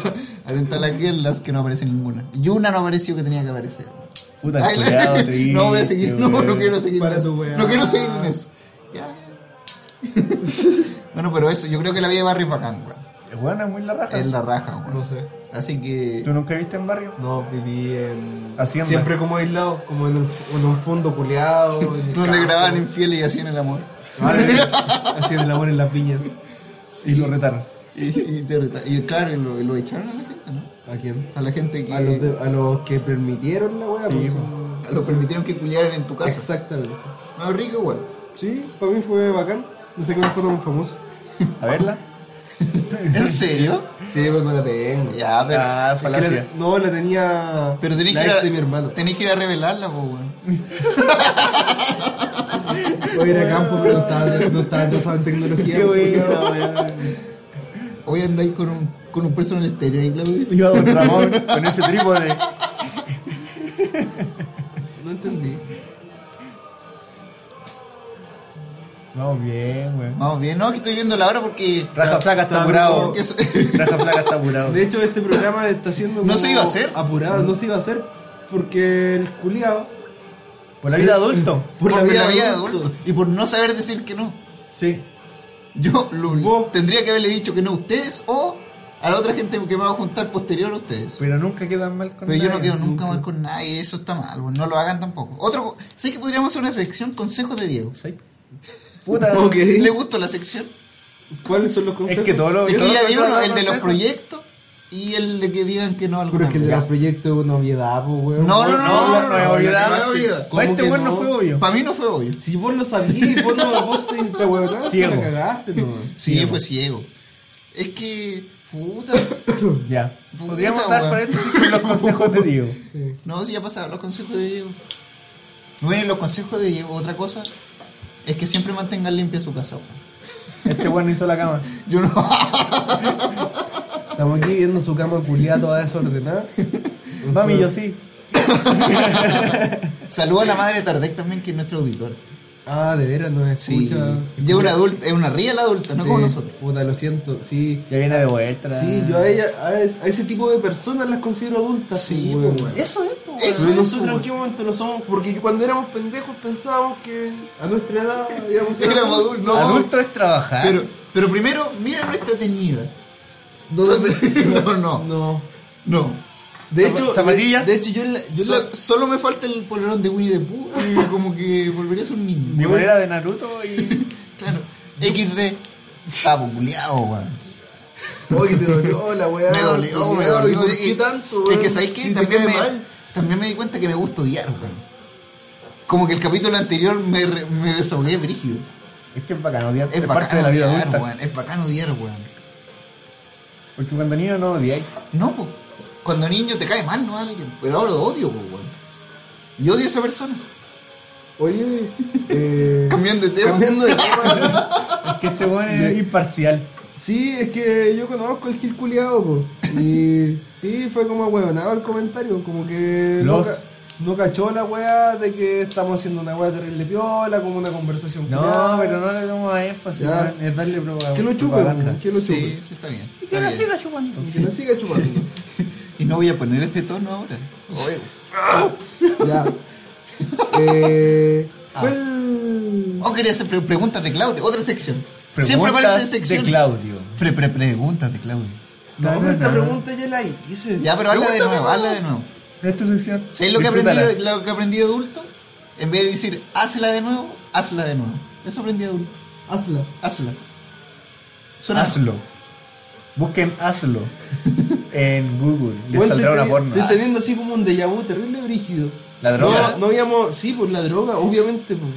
Speaker 1: Atenta a las guerras que no aparece ninguna. Y una no apareció que tenía que aparecer.
Speaker 3: Puta,
Speaker 1: Ay, la-
Speaker 3: culiao, triste.
Speaker 1: no voy a seguir, no, no
Speaker 3: weón.
Speaker 1: quiero seguir en
Speaker 2: Para
Speaker 1: eso.
Speaker 2: tu weá.
Speaker 1: No quiero seguir en eso. Ya. bueno, pero eso, yo creo que la vida de barrio es bacán, weón.
Speaker 3: Weón, es muy la raja.
Speaker 1: Es la raja, weón.
Speaker 2: No sé.
Speaker 1: Así que.
Speaker 3: ¿Tú nunca viste en barrio?
Speaker 2: No, viví en.
Speaker 3: Hacienda.
Speaker 2: Siempre como aislado, como en, el, en un fondo culeado.
Speaker 1: Donde grababan infieles y hacían el amor.
Speaker 2: Haciendo el amor en las viñas.
Speaker 3: Y lo retaron.
Speaker 1: Y, y te reta- y claro, y lo, y lo echaron a la gente, ¿no?
Speaker 2: ¿A quién?
Speaker 1: A la gente que.
Speaker 2: A los, de- a los que permitieron la weá.
Speaker 3: Sí,
Speaker 2: pues,
Speaker 3: po.
Speaker 2: son-
Speaker 1: a los permitieron que culiaran en tu casa.
Speaker 2: Exactamente.
Speaker 1: No, rico igual.
Speaker 2: Sí, para mí fue bacán. Me saqué una foto muy famosa.
Speaker 3: A verla.
Speaker 1: ¿En serio?
Speaker 2: Sí, pues no la tengo.
Speaker 1: Ya, pero.
Speaker 3: Ah,
Speaker 2: Es que la-
Speaker 3: falacia.
Speaker 2: no, la tenía.
Speaker 1: Pero tenéis
Speaker 2: la
Speaker 1: que, ir
Speaker 2: ex
Speaker 1: a,
Speaker 2: de mi hermano.
Speaker 1: tenéis que ir a revelarla, po, weón.
Speaker 2: Hoy era campo, pero no estaba, no estaba atrasado en tecnología.
Speaker 3: Qué
Speaker 2: porque-
Speaker 3: bueno, weón.
Speaker 1: Hoy andáis con un, con un personal estéreo ahí, Claudio.
Speaker 3: Iba Don Ramón con ese trípode.
Speaker 2: No entendí.
Speaker 3: Vamos bien, weón.
Speaker 1: Vamos bien, no, que estoy viendo la hora porque.
Speaker 3: Raja flaca está
Speaker 2: Está
Speaker 3: apurado.
Speaker 1: porque es-
Speaker 3: Raja flaca está apurado.
Speaker 2: De hecho, este programa está siendo.
Speaker 1: No se
Speaker 2: como
Speaker 1: iba a hacer.
Speaker 2: Apurado, no se iba a hacer porque el culiao.
Speaker 3: Por la vida adulto.
Speaker 1: por la vida de adulto. Y por no saber decir que no.
Speaker 3: Sí.
Speaker 1: Yo lo-
Speaker 2: Vos.
Speaker 1: tendría que haberle dicho que no a ustedes o a la otra gente que me va a juntar posterior a ustedes. Pero,
Speaker 3: Pero nunca quedan mal con
Speaker 1: yo no
Speaker 3: nadie.
Speaker 1: quedo nunca mal con nadie, eso está mal, weón, no lo hagan tampoco. Otro, co- sé que podríamos hacer una sección consejos de Diego.
Speaker 3: Sí. Puta.
Speaker 2: Ok.
Speaker 1: ¿Le gustó la sección?
Speaker 2: ¿Cuáles son los
Speaker 3: Es
Speaker 2: consejos?
Speaker 3: que todo lo
Speaker 1: Es que
Speaker 3: todo
Speaker 1: ya
Speaker 3: lo-
Speaker 1: di
Speaker 3: todo
Speaker 1: uno,
Speaker 3: lo-
Speaker 1: el de los
Speaker 3: consejos.
Speaker 1: proyectos y el de que digan que no a
Speaker 2: Pero
Speaker 1: alguna
Speaker 2: es que el de
Speaker 1: weá.
Speaker 2: los proyectos es una obviedad, pues, weón.
Speaker 1: No, no, no,
Speaker 3: No, no, no es obviedad.
Speaker 1: no es obviedad.
Speaker 3: Para
Speaker 2: ¿Cómo
Speaker 3: este
Speaker 2: que
Speaker 3: weón no
Speaker 2: no?
Speaker 3: fue obvio.
Speaker 1: Para mí no fue obvio.
Speaker 2: Si vos lo sabías y vos no lo vos te, te huevonaste,
Speaker 3: Ciego.
Speaker 2: la cagaste, no.
Speaker 1: Sí,
Speaker 3: Ciego.
Speaker 1: fue ciego. Es que, puta.
Speaker 3: Ya. Podríamos
Speaker 1: Puta,
Speaker 3: dar
Speaker 1: weón.
Speaker 3: paréntesis con los consejos de Diego.
Speaker 2: Sí.
Speaker 1: No, si ya pasaron los consejos de Diego. Bueno, y los consejos de Diego, otra cosa es que siempre mantengan limpia su casa. weón.
Speaker 3: Este weón no hizo la cama.
Speaker 1: Yo no.
Speaker 2: Estamos aquí viendo su cama culiada toda desordenada.
Speaker 3: Mami, yo sí.
Speaker 1: Saludo a la madre de Tardec también, que es nuestro auditor.
Speaker 2: Ah, de veras, no
Speaker 1: Sí.
Speaker 2: escucha.
Speaker 1: Y es una adulta, es una real adulta, no
Speaker 2: Sí,
Speaker 1: como nosotros.
Speaker 2: Puta, lo siento, sí.
Speaker 3: Ya viene de vuelta.
Speaker 2: Sí, yo a ella, a, es- a ese tipo de personas las considero adultas.
Speaker 1: Sí,
Speaker 2: pues,
Speaker 1: pues,
Speaker 2: weón.
Speaker 1: weón.
Speaker 3: Eso es, po,
Speaker 1: Eso
Speaker 2: Pero
Speaker 1: es,
Speaker 2: nosotros
Speaker 1: pues.
Speaker 2: en qué momento lo somos, porque yo cuando éramos pendejos pensábamos que a nuestra edad íbamos a ser
Speaker 1: Éramos adultos. No.
Speaker 3: Adulto es trabajar.
Speaker 1: Pero, pero primero, mira nuestra teñida. No, no, no.
Speaker 2: No.
Speaker 1: no.
Speaker 2: De
Speaker 3: Zapa-
Speaker 2: hecho,
Speaker 3: zapatillas.
Speaker 2: De, de hecho, yo, en la- yo en la-
Speaker 1: So- solo me falta el polerón de Winnie the Pooh y Eh, como que volvería a ser un
Speaker 3: Mi
Speaker 1: niño.
Speaker 3: manera de Naruto y.
Speaker 1: Claro. XD. Sapo culiao, weón.
Speaker 2: Oye, te dolió la weá.
Speaker 1: Me dolió,
Speaker 2: ah,
Speaker 1: me dolió.
Speaker 2: ¿Por qué
Speaker 1: Y-
Speaker 2: tanto,
Speaker 1: Es
Speaker 2: weón?
Speaker 1: que sabéis que
Speaker 2: Si te
Speaker 1: también,
Speaker 2: cae
Speaker 1: me,
Speaker 2: mal.
Speaker 1: también me di cuenta que me gusta odiar, weón. Como que el capítulo anterior me, re- me desahogué brígido.
Speaker 3: Es que es bacán odiar.
Speaker 1: Es
Speaker 3: Es parte
Speaker 1: bacán
Speaker 3: de la vida
Speaker 1: odiar,
Speaker 3: adulta.
Speaker 1: weón. Es bacán odiar, weón.
Speaker 3: Porque cuando niño no odiáis.
Speaker 1: No, po. Cuando niño te cae mal, ¿no? Alguien. Pero ahora lo odio, po, weón. Y odio a esa persona.
Speaker 2: Oye, eh,
Speaker 1: Cambiando de tema.
Speaker 2: cambiando de tema.
Speaker 3: Es que este weón es
Speaker 2: De-
Speaker 3: imparcial.
Speaker 2: Sí, es que yo conozco el Gil Culeado, po. Y sí, fue como huevonado el comentario, como que no,
Speaker 3: Los-
Speaker 2: ca- no cachó la weá de que estamos haciendo una weá terrible piola, como una conversación
Speaker 3: No,
Speaker 2: culiao.
Speaker 3: pero no le damos a énfasis,
Speaker 2: Ya.
Speaker 3: weón, es darle propaganda.
Speaker 2: Que lo chupe,
Speaker 3: propaganda.
Speaker 2: po, que lo chupe.
Speaker 1: Sí, sí, está bien. está bien.
Speaker 3: chupando.
Speaker 2: Que no siga chupando.
Speaker 1: Y no voy a poner ese tono ahora. Oye,
Speaker 2: ya. Eh,
Speaker 1: Ah.
Speaker 2: ¿Cuál?
Speaker 1: Oh, quería hacer pre- preguntas de Claudio, otra sección. Siempre aparece en
Speaker 3: Preguntas
Speaker 1: sección.
Speaker 3: de Claudio.
Speaker 1: Pre pre- preguntas de Claudio.
Speaker 2: No,
Speaker 3: Na,
Speaker 2: pero
Speaker 3: na,
Speaker 2: esta
Speaker 3: na.
Speaker 2: pregunta ya la hice.
Speaker 1: Ya, pero habla de
Speaker 2: Pregúntate,
Speaker 1: nuevo, habla de nuevo.
Speaker 3: Esta sección.
Speaker 1: ¿Sabéis lo que aprendí,
Speaker 3: Disfrútala.
Speaker 1: de- lo que aprendí de adulto? En vez de decir, hazla de nuevo, hazla de nuevo. Eso aprendí de adulto.
Speaker 2: Hazla.
Speaker 1: Hazla. Suena
Speaker 3: Hazlo. Busquen hazlo en Google. Les
Speaker 2: Bueno,
Speaker 3: saldrá
Speaker 2: estoy
Speaker 3: una
Speaker 2: teni-
Speaker 3: porno.
Speaker 2: Estoy teniendo así como un déjà vu terrible brígido.
Speaker 3: La droga.
Speaker 2: No, no habíamos. Sí, pues la droga, obviamente. Pues,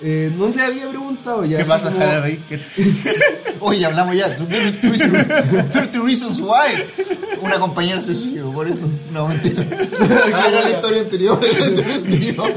Speaker 2: eh, no le había preguntado ya.
Speaker 3: ¿Qué
Speaker 2: así
Speaker 3: pasa,
Speaker 2: como-
Speaker 3: Hannah Baker?
Speaker 1: Oye, hablamos ya. 30 reasons- 30 Reasons Why. Una compañera se suicidó, por eso. No, mentira. Ah, era la historia anterior. era la historia anterior.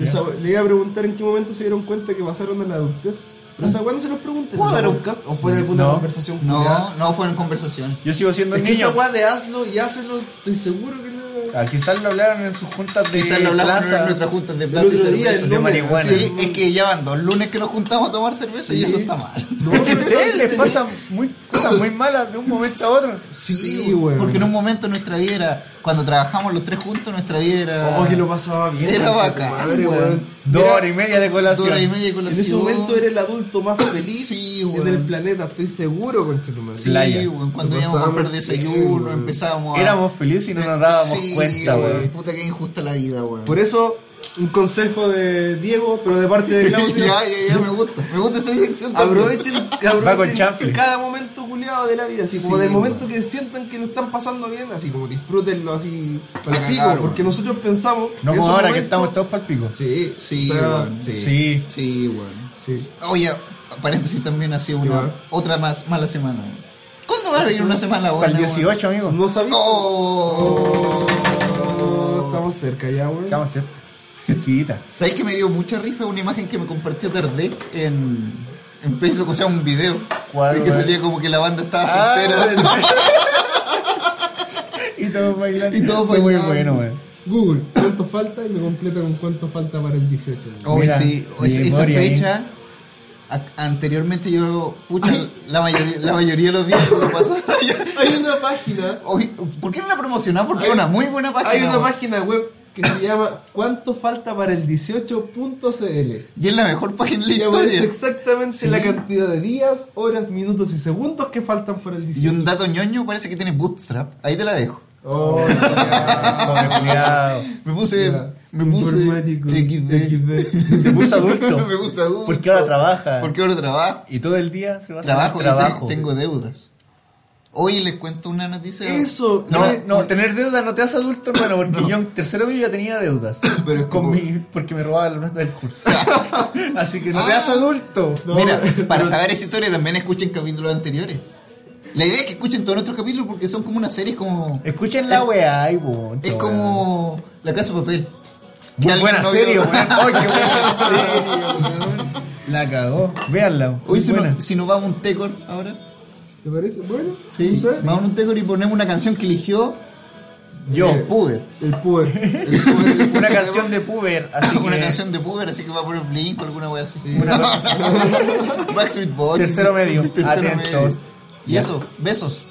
Speaker 2: Esa- le iba a preguntar en qué momento se dieron cuenta que pasaron a la adultez. Pero esa weá no se los pregunté.
Speaker 1: ¿Puedo
Speaker 2: ¿en
Speaker 1: dar
Speaker 2: el
Speaker 1: un-
Speaker 2: podcast? ¿O fue de alguna
Speaker 3: No.
Speaker 2: conversación?
Speaker 1: No,
Speaker 2: privada?
Speaker 1: no fue en conversación.
Speaker 3: Yo sigo siendo
Speaker 2: Es que esa
Speaker 3: niño.
Speaker 2: weá de hazlo y hazlo, estoy seguro que no.
Speaker 3: Ah, quizás lo hablaron en sus juntas de
Speaker 1: Quizás lo hablamos en
Speaker 3: plaza.
Speaker 1: nuestras juntas de plaza y
Speaker 2: otro día,
Speaker 1: cerveza.
Speaker 2: el
Speaker 3: de marihuana.
Speaker 1: Sí, es que ya van dos lunes que nos juntamos a tomar cerveza y
Speaker 2: Sí.
Speaker 1: eso está mal.
Speaker 2: No,
Speaker 3: Porque a
Speaker 2: pero-
Speaker 3: ustedes les pasan muy, cosas muy malas de un momento a otro.
Speaker 1: Sí,
Speaker 2: Sí, weón.
Speaker 1: Porque en un momento nuestra vida era, cuando trabajamos los tres juntos, nuestra vida era
Speaker 2: Oh, que lo pasaba bien.
Speaker 1: Era
Speaker 2: concha tu
Speaker 1: bacán,
Speaker 2: madre,
Speaker 1: weón.
Speaker 2: weón.
Speaker 3: Dos
Speaker 1: Era-
Speaker 3: horas y media de
Speaker 1: dos
Speaker 3: colación.
Speaker 1: horas y media con
Speaker 2: En
Speaker 1: la
Speaker 2: ese
Speaker 1: ciudad.
Speaker 2: momento era el adulto más feliz
Speaker 1: Sí,
Speaker 2: en
Speaker 1: weón.
Speaker 2: el planeta, estoy seguro, concha tu madre.
Speaker 1: Sí,
Speaker 3: playa.
Speaker 1: weón, cuando
Speaker 2: Lo
Speaker 1: íbamos a comprar
Speaker 2: pasábamos bien,
Speaker 1: desayuno,
Speaker 2: weón.
Speaker 1: empezábamos a...
Speaker 3: Éramos felices y no nos dábamos
Speaker 1: Sí,
Speaker 3: cuenta, weón.
Speaker 1: Puta que injusta la vida, weón.
Speaker 2: Por eso, un consejo de Diego, pero de parte de
Speaker 1: ya,
Speaker 2: Claudio.
Speaker 1: ya, ya, me gusta. Me gusta esa dirección también.
Speaker 2: Aprovechen,
Speaker 3: Va con
Speaker 2: aprovechen
Speaker 3: chanfle.
Speaker 2: cada momento culiado de la vida, así como
Speaker 1: Sí,
Speaker 2: del momento
Speaker 1: weón.
Speaker 2: que sientan que lo están pasando bien, así como disfrútenlo así
Speaker 1: Para
Speaker 2: al pico,
Speaker 1: cagar, weón.
Speaker 2: porque nosotros pensamos
Speaker 3: No
Speaker 2: que
Speaker 3: como
Speaker 2: esos
Speaker 3: ahora que
Speaker 2: momentos-
Speaker 3: estamos todos para el pico.
Speaker 2: Sí,
Speaker 1: Sí,
Speaker 2: o sea,
Speaker 1: weón.
Speaker 2: sí,
Speaker 3: Sí.
Speaker 1: Sí, weón.
Speaker 2: sí.
Speaker 1: Oye, paréntesis también ha sido
Speaker 2: ¿Qué
Speaker 1: una,
Speaker 2: va?
Speaker 1: otra más mala semana. ¿Cuándo va a venir una semana buena?
Speaker 3: Para el
Speaker 1: weón?
Speaker 3: 18, amigo.
Speaker 2: No sabía.
Speaker 1: Oh.
Speaker 2: Oh, estamos cerca ya, weón.
Speaker 3: Estamos cerca. Cerquita.
Speaker 1: ¿Sabes que me dio mucha risa una imagen que me compartió Tardec en, en Facebook? O sea, un video.
Speaker 3: ¿Cuál,
Speaker 1: En que
Speaker 3: weón?
Speaker 1: salía como que la banda estaba
Speaker 3: Ah,
Speaker 1: soltera.
Speaker 3: Y todos bailando.
Speaker 1: Y todos
Speaker 3: Fue muy
Speaker 1: bailando.
Speaker 3: bueno, weón.
Speaker 2: Google, ¿cuánto falta? Y me completa con cuánto falta para el 18. weón.
Speaker 1: Hoy
Speaker 3: Mira,
Speaker 1: sí, hoy sí, esa
Speaker 3: memoria ahí.
Speaker 1: fecha. a- anteriormente yo, pucha, la mayoría, la mayoría de los días lo pasaba. ya.
Speaker 2: Hay una página,
Speaker 1: Hoy- ¿Por qué no la promocionaba? Porque
Speaker 2: Hay-
Speaker 1: es una muy buena página.
Speaker 2: hay una
Speaker 1: weón.
Speaker 2: página web que se llama cuánto falta para el 18.cl.
Speaker 1: Y es la mejor página de la
Speaker 2: Y aparece
Speaker 1: historia.
Speaker 2: exactamente la cantidad de días, horas, minutos y segundos que faltan para el
Speaker 1: Y
Speaker 2: 18.
Speaker 1: un dato ñoño parece que tiene Bootstrap. Ahí te la dejo.
Speaker 2: Oh, ya.
Speaker 3: Pobre culiao.
Speaker 1: Me puse.
Speaker 2: Ya.
Speaker 1: Me puse.
Speaker 2: Informático.
Speaker 1: XD.
Speaker 3: Se puso adulto.
Speaker 1: me puse adulto.
Speaker 3: Porque ahora trabaja.
Speaker 1: Porque ahora trabajo.
Speaker 3: Y todo el día se va a
Speaker 1: Trabajo,
Speaker 3: hacer trabajo.
Speaker 1: y te- tengo deudas. Hoy les cuento una noticia.
Speaker 2: Eso,
Speaker 3: No,
Speaker 2: Eh,
Speaker 3: no, tener deudas no te hace adulto, hermano, porque yo en tercero medio ya tenía deudas.
Speaker 1: Pero es
Speaker 3: con
Speaker 1: como-
Speaker 3: mi- porque me robaba la plata del curso. Así que no te
Speaker 1: Ah.
Speaker 3: hace adulto.
Speaker 2: No.
Speaker 1: Mira, para
Speaker 2: no.
Speaker 1: saber esa historia también escuchen capítulos anteriores. La idea es que escuchen todos nuestros capítulos porque son como una serie, es como.
Speaker 3: Escuchen la weá, ay, bonito,
Speaker 1: Es
Speaker 3: weón.
Speaker 1: como. La casa de papel. Que
Speaker 3: Muy
Speaker 1: alguien
Speaker 3: buena
Speaker 1: no vio.
Speaker 3: serie, weón. Ay, qué buena serie, weón. La cagó. Véanla.
Speaker 1: Hoy
Speaker 3: Muy
Speaker 1: si,
Speaker 3: buena.
Speaker 1: no- si nos vamos a un tecor ahora.
Speaker 2: ¿Te parece? Bueno,
Speaker 1: Sí,
Speaker 2: ¿sabes?
Speaker 1: vamos a un tecor y ponemos una canción que eligió
Speaker 3: Yo.
Speaker 1: el Puber.
Speaker 2: El puer. El puer.
Speaker 3: Una canción de Puber, así
Speaker 1: una
Speaker 3: que-
Speaker 1: canción de Puber, así que va a poner Blink o alguna wea así.
Speaker 3: Una cosa así.
Speaker 1: Backstreet Boys.
Speaker 3: Tercero medio.
Speaker 1: Tercero
Speaker 3: Atentos.
Speaker 1: medio. Y eso, besos.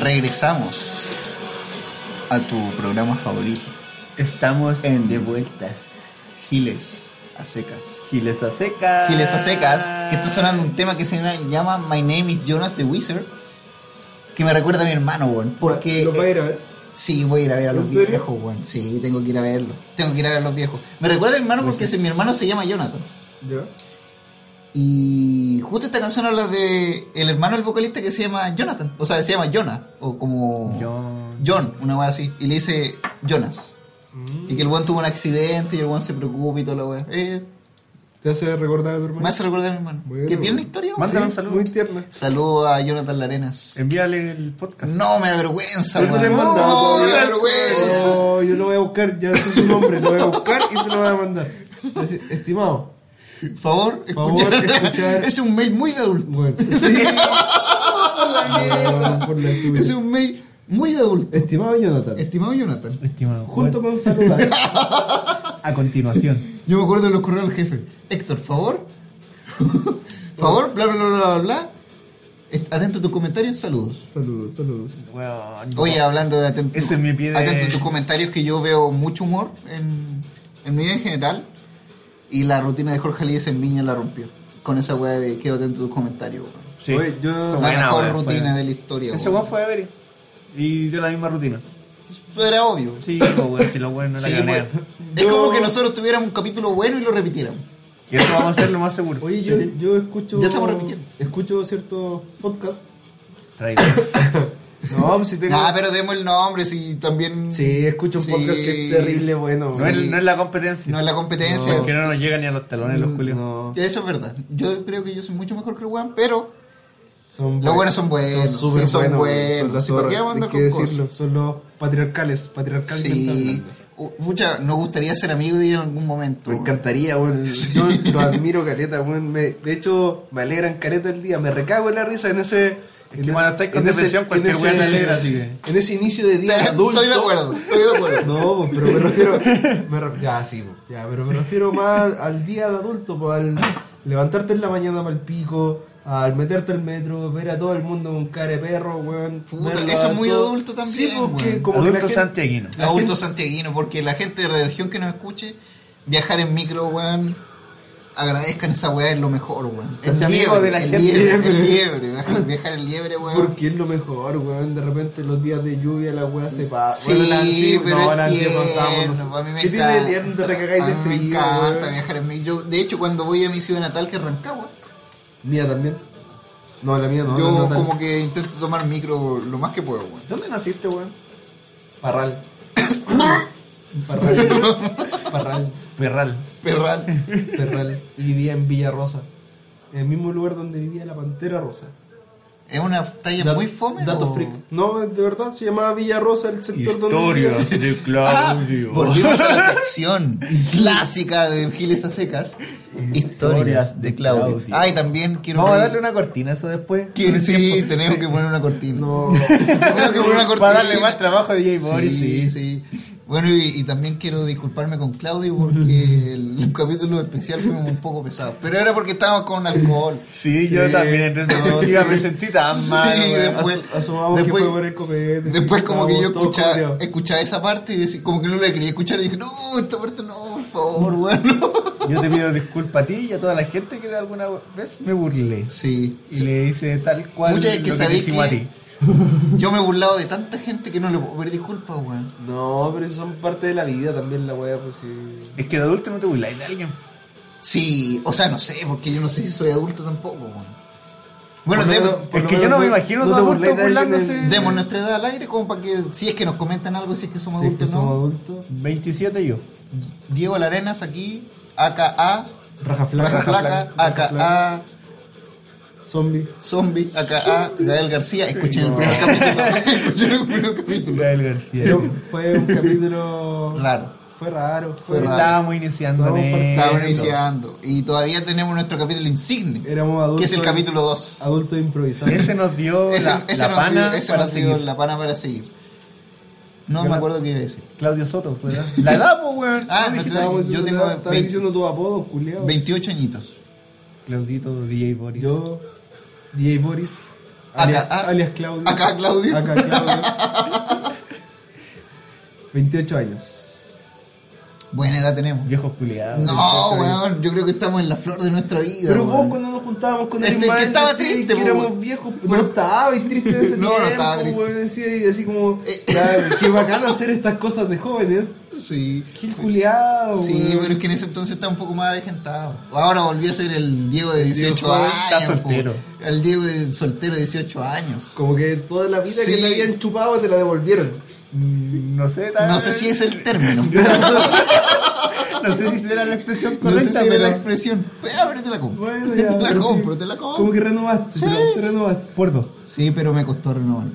Speaker 1: regresamos a tu programa favorito.
Speaker 3: Estamos
Speaker 1: En-
Speaker 3: de vuelta.
Speaker 1: Giles a secas.
Speaker 3: Giles a secas.
Speaker 1: Giles a secas, que está sonando un tema que se llama My Name is Jonas the Wizard, que me recuerda a mi hermano, weón. Porque.
Speaker 2: Lo va a
Speaker 1: eh,
Speaker 2: ir a ver.
Speaker 1: Sí, voy a ir a ver a
Speaker 2: ¿En
Speaker 1: los
Speaker 2: serio?
Speaker 1: viejos, weón. Sí, tengo que ir a verlo. Tengo que ir a ver a los viejos. Me recuerda a mi
Speaker 3: Pues
Speaker 1: hermano porque ese- mi hermano se llama Jonathan.
Speaker 2: Ya.
Speaker 1: Y justo esta canción habla de el hermano del vocalista que se llama Jonathan. O sea, se llama Jonah. O como.
Speaker 3: John.
Speaker 1: John, una weá así. Y le dice Jonas.
Speaker 2: Mm.
Speaker 1: Y que el weón tuvo un accidente y el weón se preocupa y toda la weá. Eh,
Speaker 2: ¿Te hace recordar a tu hermano?
Speaker 1: me hace recordar a mi hermano.
Speaker 2: Bueno,
Speaker 1: que tiene una
Speaker 2: weón.
Speaker 1: historia, weón.
Speaker 2: Sí,
Speaker 3: Mándale un saludo.
Speaker 2: Muy tierna.
Speaker 1: Saludo a Jonathan Larenas.
Speaker 3: Envíale el podcast.
Speaker 1: No, me da vergüenza,
Speaker 2: Pero se
Speaker 1: weón.
Speaker 2: lo he mandado
Speaker 1: No, me da
Speaker 2: todavía. Oh.
Speaker 1: vergüenza.
Speaker 2: No, yo lo voy a buscar, ya sé su nombre, lo voy a buscar y se lo voy a mandar. Voy a decir, Estimado,
Speaker 1: Por favor,
Speaker 2: Favor,
Speaker 1: escuchar.
Speaker 2: escuchar.
Speaker 1: Es un mail muy de adulto.
Speaker 2: bueno. Sí. Ah, por la chucha.
Speaker 1: Es un mail muy de adulto.
Speaker 2: Estimado Jonathan,
Speaker 1: Estimado Jonathan.
Speaker 3: Estimado.
Speaker 2: junto
Speaker 3: Junto
Speaker 2: con saludar.
Speaker 3: a continuación.
Speaker 1: Yo me acuerdo de los correos del jefe. Héctor, favor. favor, bla, bla, bla, bla, bla. Est- Atento a tus comentarios, saludos.
Speaker 2: Saludos, saludos.
Speaker 3: Weón, no.
Speaker 1: Oye, hablando de atento,
Speaker 3: Ese es mi pie de-
Speaker 1: atento a tus comentarios, que yo veo mucho humor en, en mi vida en general. Y la rutina de Jorge Líez en Viña la rompió. Con esa weá de quedo atento a tus comentarios. weón.
Speaker 3: Sí.
Speaker 2: Oye, yo-
Speaker 3: Fue
Speaker 2: La
Speaker 1: La
Speaker 3: buena,
Speaker 1: mejor
Speaker 3: weón, fue-
Speaker 1: rutina de la historia.
Speaker 3: Ese
Speaker 1: weón.
Speaker 3: weón fue a ver. Y dio la misma rutina.
Speaker 1: Eso era obvio.
Speaker 3: Sí, pues, weón, si los weones no la
Speaker 1: Sí,
Speaker 3: ganan.
Speaker 1: weón. Es
Speaker 2: Yo-
Speaker 1: como que nosotros tuviéramos un capítulo bueno y lo repitiéramos.
Speaker 3: Y eso vamos a hacer lo más seguro.
Speaker 2: Oye, yo,
Speaker 3: Sí.
Speaker 2: yo escucho.
Speaker 1: Ya estamos repitiendo.
Speaker 2: Escucho ciertos podcasts.
Speaker 3: Traidor.
Speaker 2: No, pues si tengo.
Speaker 1: Nah, Ah, pero demos el nombre, si también
Speaker 2: Sí, escucho un
Speaker 1: Sí.
Speaker 2: podcast que es terrible, bueno.
Speaker 3: No, es, no es la competencia.
Speaker 1: no es la competencia. Mm.
Speaker 3: Porque no nos llegan ni a los talones los culios.
Speaker 2: No,
Speaker 1: Eso es verdad. Yo creo que yo soy mucho mejor que el weón, pero
Speaker 2: son
Speaker 1: los buenos son buenos.
Speaker 2: Son súper
Speaker 1: sí, son
Speaker 2: buenos.
Speaker 1: buenos.
Speaker 2: Son las
Speaker 1: Sí, ¿para qué
Speaker 2: zorras,
Speaker 1: vamos a andar
Speaker 2: hay que
Speaker 1: con
Speaker 2: decirlo. Son los patriarcales, patriarcalmente
Speaker 1: Sí.
Speaker 2: hablando.
Speaker 1: U- Pucha, nos gustaría ser amigos de ellos en algún momento.
Speaker 2: Me
Speaker 1: weón.
Speaker 2: encantaría, weón. Yo lo admiro, careta, weón. Me- de hecho, me alegran careta el día. Me recago en la risa en ese. en
Speaker 3: que
Speaker 2: ese-
Speaker 3: cuando estáis con
Speaker 2: en
Speaker 3: depresión, cualquier
Speaker 2: en
Speaker 3: weón te
Speaker 2: ese-
Speaker 3: alegra, así que-
Speaker 2: En ese inicio de día adulto.
Speaker 1: Estoy de acuerdo, estoy de acuerdo.
Speaker 2: No, pues, pero me refiero. me re- ya, sí, pues, ya, pero me refiero más al día de adulto, pues, al levantarte en la mañana para el pico, al meterte al metro, ver a todo el mundo con cara de perro, weón.
Speaker 1: Puta,
Speaker 2: verlo
Speaker 1: eso es muy
Speaker 2: todo.
Speaker 1: adulto también,
Speaker 2: Sí, porque
Speaker 1: weón.
Speaker 2: como que la
Speaker 3: Adulto
Speaker 2: gente-
Speaker 3: santiaguino.
Speaker 2: La
Speaker 1: Adulto
Speaker 2: gente-
Speaker 1: santiaguino, porque la gente de la región que nos escuche, viajar en micro, weón, agradezcan esa weá, es lo mejor, weón.
Speaker 3: Que
Speaker 1: El
Speaker 3: sea amigo de la
Speaker 1: el
Speaker 3: gente.
Speaker 1: liebre, el liebre, viajar- viajar en liebre, weón.
Speaker 2: Porque es lo mejor, weón. De repente los días de lluvia la weá se va.
Speaker 1: Sí,
Speaker 2: Bueno, la antigua-
Speaker 1: pero
Speaker 2: no,
Speaker 1: es
Speaker 2: la antigua
Speaker 1: tierno,
Speaker 2: estábamos nosotros.
Speaker 1: a mí me
Speaker 2: ¿Qué tiene
Speaker 1: encanta.
Speaker 2: de tierno? Te recagáis de
Speaker 1: A mí
Speaker 2: frío.
Speaker 1: Me encanta
Speaker 2: weón.
Speaker 1: viajar en micro. Yo, de hecho, cuando voy a mi ciudad natal, que es Rancagua,
Speaker 2: Mía también. No, la mía no.
Speaker 1: yo
Speaker 2: no, no, tal.
Speaker 1: como que intento tomar micro lo más que puedo, weón.
Speaker 3: ¿Dónde naciste, weón?
Speaker 2: Parral. Parral. Parral.
Speaker 3: Perral.
Speaker 1: Perral.
Speaker 2: Parral. Y vivía en Villa Rosa. En el mismo lugar donde vivía la pantera rosa.
Speaker 1: Es una talla
Speaker 2: Dat-
Speaker 1: muy fome.
Speaker 2: Dato
Speaker 1: o-
Speaker 2: freak. No, de verdad, se llamaba Villa Rosa el sector donde.
Speaker 3: Historia
Speaker 2: vivía.
Speaker 1: Ah,
Speaker 3: de Claudio.
Speaker 1: volvimos a la sección clásica de Giles a secas. Historias de Claudio.
Speaker 3: Claudio.
Speaker 1: Ay, también quiero.
Speaker 3: Vamos a
Speaker 1: reír.
Speaker 3: darle una cortina a eso después.
Speaker 1: Quiero- sí, tenemos que poner una cortina.
Speaker 2: No.
Speaker 1: Tenemos que poner una cortina.
Speaker 3: Para darle más trabajo a DJ Boris.
Speaker 1: Sí, sí. Bueno, y, y también quiero disculparme con Claudio porque el capítulo especial fue un poco pesado. Pero era porque estábamos con alcohol.
Speaker 3: Sí, yo
Speaker 2: Sí.
Speaker 3: también en retrospectiva
Speaker 2: No, sí.
Speaker 3: me sentí tan
Speaker 1: Sí,
Speaker 3: mal. weón.
Speaker 1: después-
Speaker 2: As- asumamos
Speaker 1: después-
Speaker 2: que fue por el copete.
Speaker 1: Después como que yo
Speaker 2: estábamos todos
Speaker 1: escuchaba,
Speaker 2: culiados.
Speaker 1: escuchaba esa parte y decí- como que no la quería escuchar y dije, no, esta parte no, por favor, bueno.
Speaker 3: Yo te pido disculpas a ti y a toda la gente que de alguna vez me burlé.
Speaker 1: Sí.
Speaker 3: Y le hice tal cual
Speaker 1: Mucha es que
Speaker 3: lo que te
Speaker 1: sabéis que-
Speaker 3: hicimos a ti.
Speaker 1: Yo me he burlado de tanta gente que no le puedo pedir disculpas, weón.
Speaker 2: No, pero eso son parte de la vida también, la wea, pues sí.
Speaker 3: Es que de adulto no te burláis de alguien.
Speaker 1: Sí, o sea, no sé, porque yo no sé si soy adulto tampoco, weón. Bueno,
Speaker 2: Por lo
Speaker 1: demos-
Speaker 2: menos- por
Speaker 3: es
Speaker 2: lo
Speaker 3: que yo
Speaker 2: menos
Speaker 3: no me imagino
Speaker 2: te
Speaker 3: dos
Speaker 2: burléis
Speaker 3: adultos
Speaker 2: de alguien en-
Speaker 3: burlándose.
Speaker 1: demos nuestra edad al aire como para que, si es que nos comentan algo, si es que somos
Speaker 2: Sí, que
Speaker 1: adultos
Speaker 2: somos
Speaker 1: no.
Speaker 2: adultos.
Speaker 3: 27 yo.
Speaker 1: Diego Larenas aquí, AKA,
Speaker 2: Raja flaca,
Speaker 1: Raja Flaca, ah. AKA,
Speaker 2: Zombie.
Speaker 1: Zombie, AKA, Gael García. Escuchen el primer capítulo. Escuchen el primer capítulo.
Speaker 3: Gael García.
Speaker 2: Pero fue un capítulo.
Speaker 1: Raro.
Speaker 2: Fue raro.
Speaker 1: Fue
Speaker 2: Fue
Speaker 1: raro.
Speaker 2: raro.
Speaker 3: Estábamos iniciando en
Speaker 2: Estábamos
Speaker 3: esto.
Speaker 1: Estamos iniciando. Y todavía tenemos nuestro capítulo insigne,
Speaker 2: Éramos adultos.
Speaker 1: que es el capítulo 2.
Speaker 2: Adultos improvisados.
Speaker 3: Ese nos dio
Speaker 1: Ese,
Speaker 3: la,
Speaker 1: ese
Speaker 3: la
Speaker 1: nos
Speaker 3: pana
Speaker 1: dio- ese
Speaker 3: para
Speaker 1: nos dio
Speaker 3: seguir.
Speaker 1: la pana para seguir. No
Speaker 3: Yo
Speaker 1: me
Speaker 3: la-
Speaker 1: acuerdo qué iba a decir.
Speaker 3: Claudio Soto, ¿verdad? La edad, pues, weón.
Speaker 1: Ah, no,
Speaker 2: Estábamos
Speaker 1: yo
Speaker 2: diciendo-
Speaker 1: tengo
Speaker 2: Estaba
Speaker 1: 20
Speaker 2: diciendo tu apodo, culiado.
Speaker 1: 28 añitos.
Speaker 3: Claudito DJ Boris.
Speaker 2: Yo, DJ Boris. Alias,
Speaker 1: Acá, ah.
Speaker 2: alias Claudio.
Speaker 1: Acá, Claudio.
Speaker 2: Acá, Claudio. 28 años.
Speaker 1: Buena edad tenemos.
Speaker 3: Viejos culiados.
Speaker 1: No, weón, yo creo que estamos en la flor de nuestra vida.
Speaker 2: Pero vos
Speaker 1: weón.
Speaker 2: cuando nos juntábamos con
Speaker 1: Este,
Speaker 2: el
Speaker 1: que estaba triste,
Speaker 2: que
Speaker 1: po,
Speaker 2: éramos
Speaker 1: weón.
Speaker 2: viejos, no estaba y triste en ese
Speaker 1: No, no
Speaker 2: tiempo,
Speaker 1: estaba triste.
Speaker 2: weón, decía, y así como,
Speaker 1: Eh.
Speaker 2: claro, qué bacano hacer estas cosas de jóvenes,
Speaker 1: Sí.
Speaker 2: qué culiado,
Speaker 1: Sí,
Speaker 2: weón.
Speaker 1: pero es que en ese entonces estaba un poco más avejentado. Ahora volví a ser el Diego de 18
Speaker 3: joven,
Speaker 1: años.
Speaker 3: está
Speaker 1: po.
Speaker 3: soltero.
Speaker 1: El Diego de soltero de 18 años.
Speaker 2: como que toda la vida
Speaker 1: Sí.
Speaker 2: que te habían chupado te la devolvieron.
Speaker 3: Mm, No sé, tal
Speaker 1: No sé si es el término.
Speaker 3: No sé si será la expresión
Speaker 1: No sé
Speaker 3: correcta,
Speaker 1: si era
Speaker 3: pero
Speaker 1: la expresión. Pues, ah, pero te la compro.
Speaker 2: Bueno, ya,
Speaker 1: te la
Speaker 2: pero
Speaker 1: compro,
Speaker 2: sí.
Speaker 1: te la
Speaker 2: Como
Speaker 1: compro.
Speaker 2: que renovaste,
Speaker 1: Sí.
Speaker 2: te la- te renovaste.
Speaker 3: por dos.
Speaker 1: Sí, pero me costó renovar.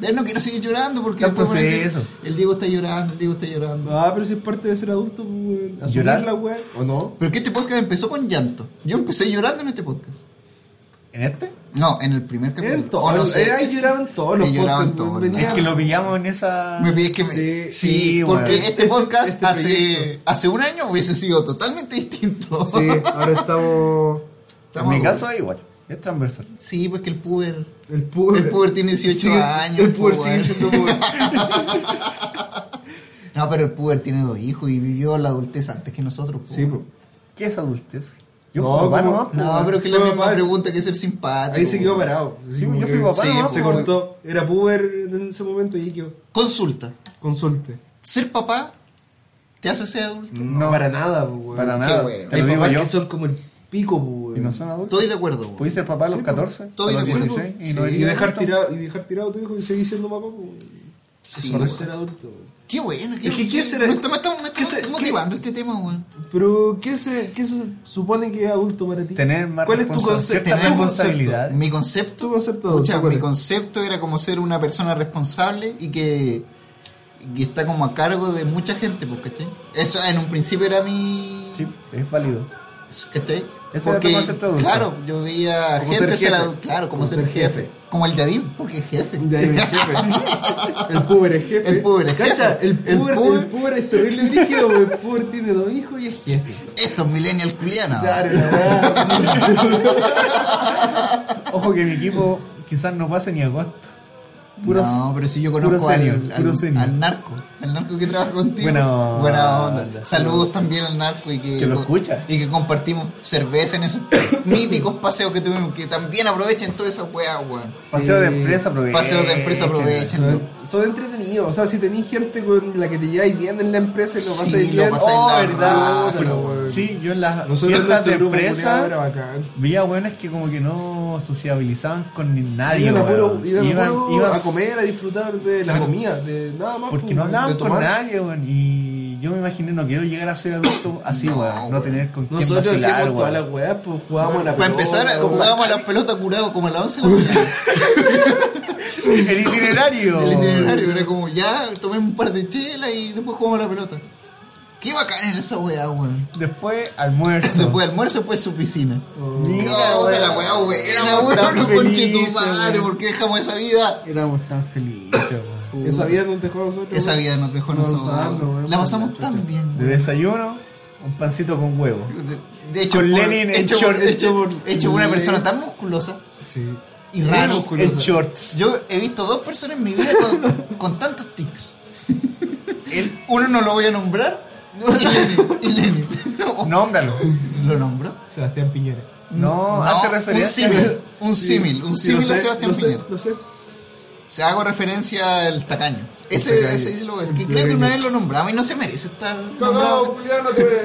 Speaker 1: Ya no quiero seguir llorando porque
Speaker 3: Ya,
Speaker 1: después
Speaker 3: pues,
Speaker 1: van a decir,
Speaker 3: eso.
Speaker 1: el Diego está llorando, el Diego está llorando.
Speaker 2: Ah, pero si es parte de ser adulto, weón. Asumir
Speaker 3: ¿Llorar?
Speaker 2: la weá, ¿o no?
Speaker 1: Pero que este podcast empezó con llanto. Yo empecé llorando en este podcast.
Speaker 3: ¿En este?
Speaker 1: No, en el primer capítulo. O
Speaker 2: En todos,
Speaker 1: Oh, no
Speaker 2: los-
Speaker 1: sé.
Speaker 2: eh, ahí lloraban todos los
Speaker 1: Ahí lloraban
Speaker 2: podcasts, weón,
Speaker 1: todos,
Speaker 2: venía-
Speaker 1: ¿no?
Speaker 3: Es que lo pillamos en esa.
Speaker 1: Me pide que me-
Speaker 2: Sí,
Speaker 1: Sí,
Speaker 3: sí,
Speaker 1: porque
Speaker 3: bueno.
Speaker 1: este podcast
Speaker 2: Este
Speaker 1: hace,
Speaker 2: proyecto.
Speaker 1: hace un año hubiese sido totalmente distinto.
Speaker 2: Sí, ahora estamos...
Speaker 3: En mi caso es igual, es transversal.
Speaker 1: Sí, pues que el puber.
Speaker 2: El puber,
Speaker 1: El puber tiene 18
Speaker 2: sigue-
Speaker 1: años,
Speaker 2: El puber
Speaker 3: pues,
Speaker 1: po,
Speaker 2: sigue
Speaker 1: weón.
Speaker 2: siendo puber.
Speaker 1: No, pero el puber tiene dos hijos y vivió la adultez antes que nosotros. po.
Speaker 2: sí, pues,
Speaker 3: pues.
Speaker 2: po.
Speaker 3: ¿Qué es adultez? Yo
Speaker 2: No,
Speaker 3: fui papá
Speaker 2: como-
Speaker 3: nomás, po.
Speaker 1: No, pero que
Speaker 2: Sí,
Speaker 1: la misma
Speaker 2: papá, es-
Speaker 1: pregunta que ser simpático.
Speaker 2: Ahí se quedó
Speaker 1: po.
Speaker 2: parado. Así
Speaker 3: Sí,
Speaker 2: como
Speaker 3: yo
Speaker 2: que
Speaker 3: fui papá
Speaker 1: sí,
Speaker 3: nomás,
Speaker 2: Se
Speaker 3: po.
Speaker 2: cortó. pues, Era puber en ese momento y ahí quedó.
Speaker 1: Consulta.
Speaker 2: Consulte.
Speaker 1: ¿Ser papá te hace ser adulto?
Speaker 3: No,
Speaker 2: para nada, po, weón.
Speaker 3: Para nada,
Speaker 1: bueno.
Speaker 3: te
Speaker 2: Hay
Speaker 3: lo digo
Speaker 2: papás
Speaker 3: yo.
Speaker 2: que son como el pico, pues, po, weón.
Speaker 3: Y no son adultos.
Speaker 1: Estoy de acuerdo. po.
Speaker 2: Pues,
Speaker 3: Puedes ser papá a los
Speaker 2: Sí,
Speaker 3: 14,
Speaker 1: Estoy
Speaker 3: a los
Speaker 1: de acuerdo.
Speaker 3: 16 y no
Speaker 2: pues, Sí,
Speaker 3: eres
Speaker 2: y, dejar
Speaker 3: adulto.
Speaker 2: tirado, y dejar tirado a tu hijo y seguir siendo papá, po, weón.
Speaker 1: Sí,
Speaker 2: Eso no es
Speaker 3: pues.
Speaker 1: po.
Speaker 2: ser adulto, pues. weón.
Speaker 1: Qué bueno.
Speaker 2: Es que ¿qué será-
Speaker 1: Me está, me está- me está
Speaker 2: qué será-
Speaker 1: motivando este tema, weón.
Speaker 2: Pero, ¿qué se, qué se supone que es adulto para ti?
Speaker 3: Tener más
Speaker 2: ¿Cuál es tu
Speaker 3: responsa-
Speaker 2: concepto?
Speaker 3: ciertas
Speaker 2: Tu concepto.
Speaker 3: responsabilidades.
Speaker 1: Mi concepto
Speaker 2: Tu concepto de
Speaker 1: Pucha,
Speaker 2: adulto. ¿cuál
Speaker 1: mi
Speaker 2: es?
Speaker 1: concepto era como ser una persona responsable y que, y está como a cargo de mucha gente, pues, ¿cachai? Eso en un principio era mi...
Speaker 3: Sí, es válido.
Speaker 1: ¿Cachai?
Speaker 3: Ese era tu concepto adulto.
Speaker 1: claro, yo veía
Speaker 2: Como
Speaker 1: gente
Speaker 2: ser
Speaker 1: ser
Speaker 2: jefe.
Speaker 1: adu- claro, como,
Speaker 2: Como
Speaker 1: ser,
Speaker 2: ser
Speaker 1: jefe.
Speaker 2: jefe.
Speaker 1: Como el Yadir, porque es jefe.
Speaker 2: De ahí mi jefe. El puber es jefe.
Speaker 1: El puber es
Speaker 2: Cacha,
Speaker 1: jefe.
Speaker 2: El
Speaker 1: El
Speaker 2: puber, el
Speaker 1: puber-
Speaker 2: puber es terrible rígido, güey. El puber tiene dos hijos y es jefe.
Speaker 1: Estos millennials culianos.
Speaker 2: Claro, la verdad.
Speaker 3: Ojo que mi equipo quizás no pase ni agosto. Puros-
Speaker 1: no, pero si yo conozco
Speaker 3: puro serio,
Speaker 1: al, al-
Speaker 3: puro serio.
Speaker 1: al narco, al narco que trabaja contigo.
Speaker 3: Buena
Speaker 1: Buena onda.
Speaker 3: onda.
Speaker 1: Saludos también al narco y que,
Speaker 3: Que lo escucha.
Speaker 1: Y que compartimos cerveza en esos míticos paseos que tuvimos, que también aprovechen toda esa weá, weón.
Speaker 3: Paseo de
Speaker 2: Sí.
Speaker 3: empresa aprovechen.
Speaker 1: Paseo de empresa aprovechen.
Speaker 2: Son- Son entretenidos. O sea, si tenéis gente con la que te lleváis bien en la empresa y lo
Speaker 1: Sí,
Speaker 2: pasáis
Speaker 1: lo
Speaker 2: bien.
Speaker 1: pasáis
Speaker 2: oh,
Speaker 1: la
Speaker 2: verdad.
Speaker 1: raja,
Speaker 2: puta la
Speaker 1: weón.
Speaker 2: weón.
Speaker 3: Sí, yo en las
Speaker 2: Nosotros en
Speaker 3: fiestas
Speaker 2: nuestro
Speaker 3: de
Speaker 2: grupo, culiao, era
Speaker 3: empresa
Speaker 2: bacán.
Speaker 3: veía weones que como que no sociabilizaban con ni nadie.
Speaker 2: Iban a puro,
Speaker 3: weón.
Speaker 2: iban a puro
Speaker 3: iban-
Speaker 2: a comer, a disfrutar de la
Speaker 3: Claro.
Speaker 2: comida, de nada más.
Speaker 3: Porque
Speaker 2: pues,
Speaker 3: no
Speaker 2: de
Speaker 3: hablaban con
Speaker 2: tomar.
Speaker 3: nadie, weón. Y yo me imaginé, no quiero llegar a ser adulto así,
Speaker 1: No,
Speaker 3: weón. No
Speaker 1: weón.
Speaker 3: tener con quién
Speaker 2: Nosotros
Speaker 3: vacilar,
Speaker 2: hacíamos
Speaker 3: weón.
Speaker 2: todas las weas, pues jugábamos a la
Speaker 1: Para empezar,
Speaker 2: pelota,
Speaker 1: jugábamos a la pelota curado como a las 11 de la mañana.
Speaker 3: El itinerario.
Speaker 1: El itinerario
Speaker 3: Oh.
Speaker 1: era como ya, tomé un par de chelas y después jugamos a la pelota. Qué bacán era esa weá, weón.
Speaker 3: Después, almuerzo.
Speaker 1: Después almuerzo, después su piscina.
Speaker 2: Oh.
Speaker 1: Mira,
Speaker 3: Mira,
Speaker 1: puta
Speaker 3: weón.
Speaker 1: la weá, buena,
Speaker 3: Éramos tan
Speaker 1: weón.
Speaker 3: felices,
Speaker 1: Conchetumare,
Speaker 3: weón.
Speaker 1: ¿por qué dejamos esa vida?
Speaker 3: Éramos tan felices, weón.
Speaker 2: Esa vida nos dejó a nosotros.
Speaker 1: Esa
Speaker 2: güey.
Speaker 1: vida nos dejó a
Speaker 2: Nos
Speaker 1: nosotros.
Speaker 2: usando, weón,
Speaker 1: la
Speaker 2: por
Speaker 1: pasamos
Speaker 2: la chucha.
Speaker 1: tan bien.
Speaker 3: De desayuno, un pancito con huevo.
Speaker 1: De, de hecho,
Speaker 3: Con Lenin en
Speaker 1: hecho,
Speaker 3: short,
Speaker 1: hecho,
Speaker 3: hecho por-
Speaker 1: hecho por una persona tan musculosa
Speaker 2: Sí.
Speaker 1: y raro.
Speaker 2: Musculosa.
Speaker 3: En shorts.
Speaker 1: Yo he visto dos personas en mi vida con, con tantos tics. Uno no lo voy a nombrar. Y Lenin. y Lenin.
Speaker 3: Nómbralo.
Speaker 1: ¿Lo nombro?
Speaker 2: Sebastián Piñera.
Speaker 3: No, hace referencia.
Speaker 1: Un símil, un símil, un símil a Sebastián Piñera.
Speaker 2: Lo sé.
Speaker 1: Se hago referencia al tacaño. Ese,
Speaker 2: tacaño.
Speaker 1: ese, ese lo es que
Speaker 2: El
Speaker 1: creo que una
Speaker 2: tacaño.
Speaker 1: vez lo nombramos y no se merece estar nombrado.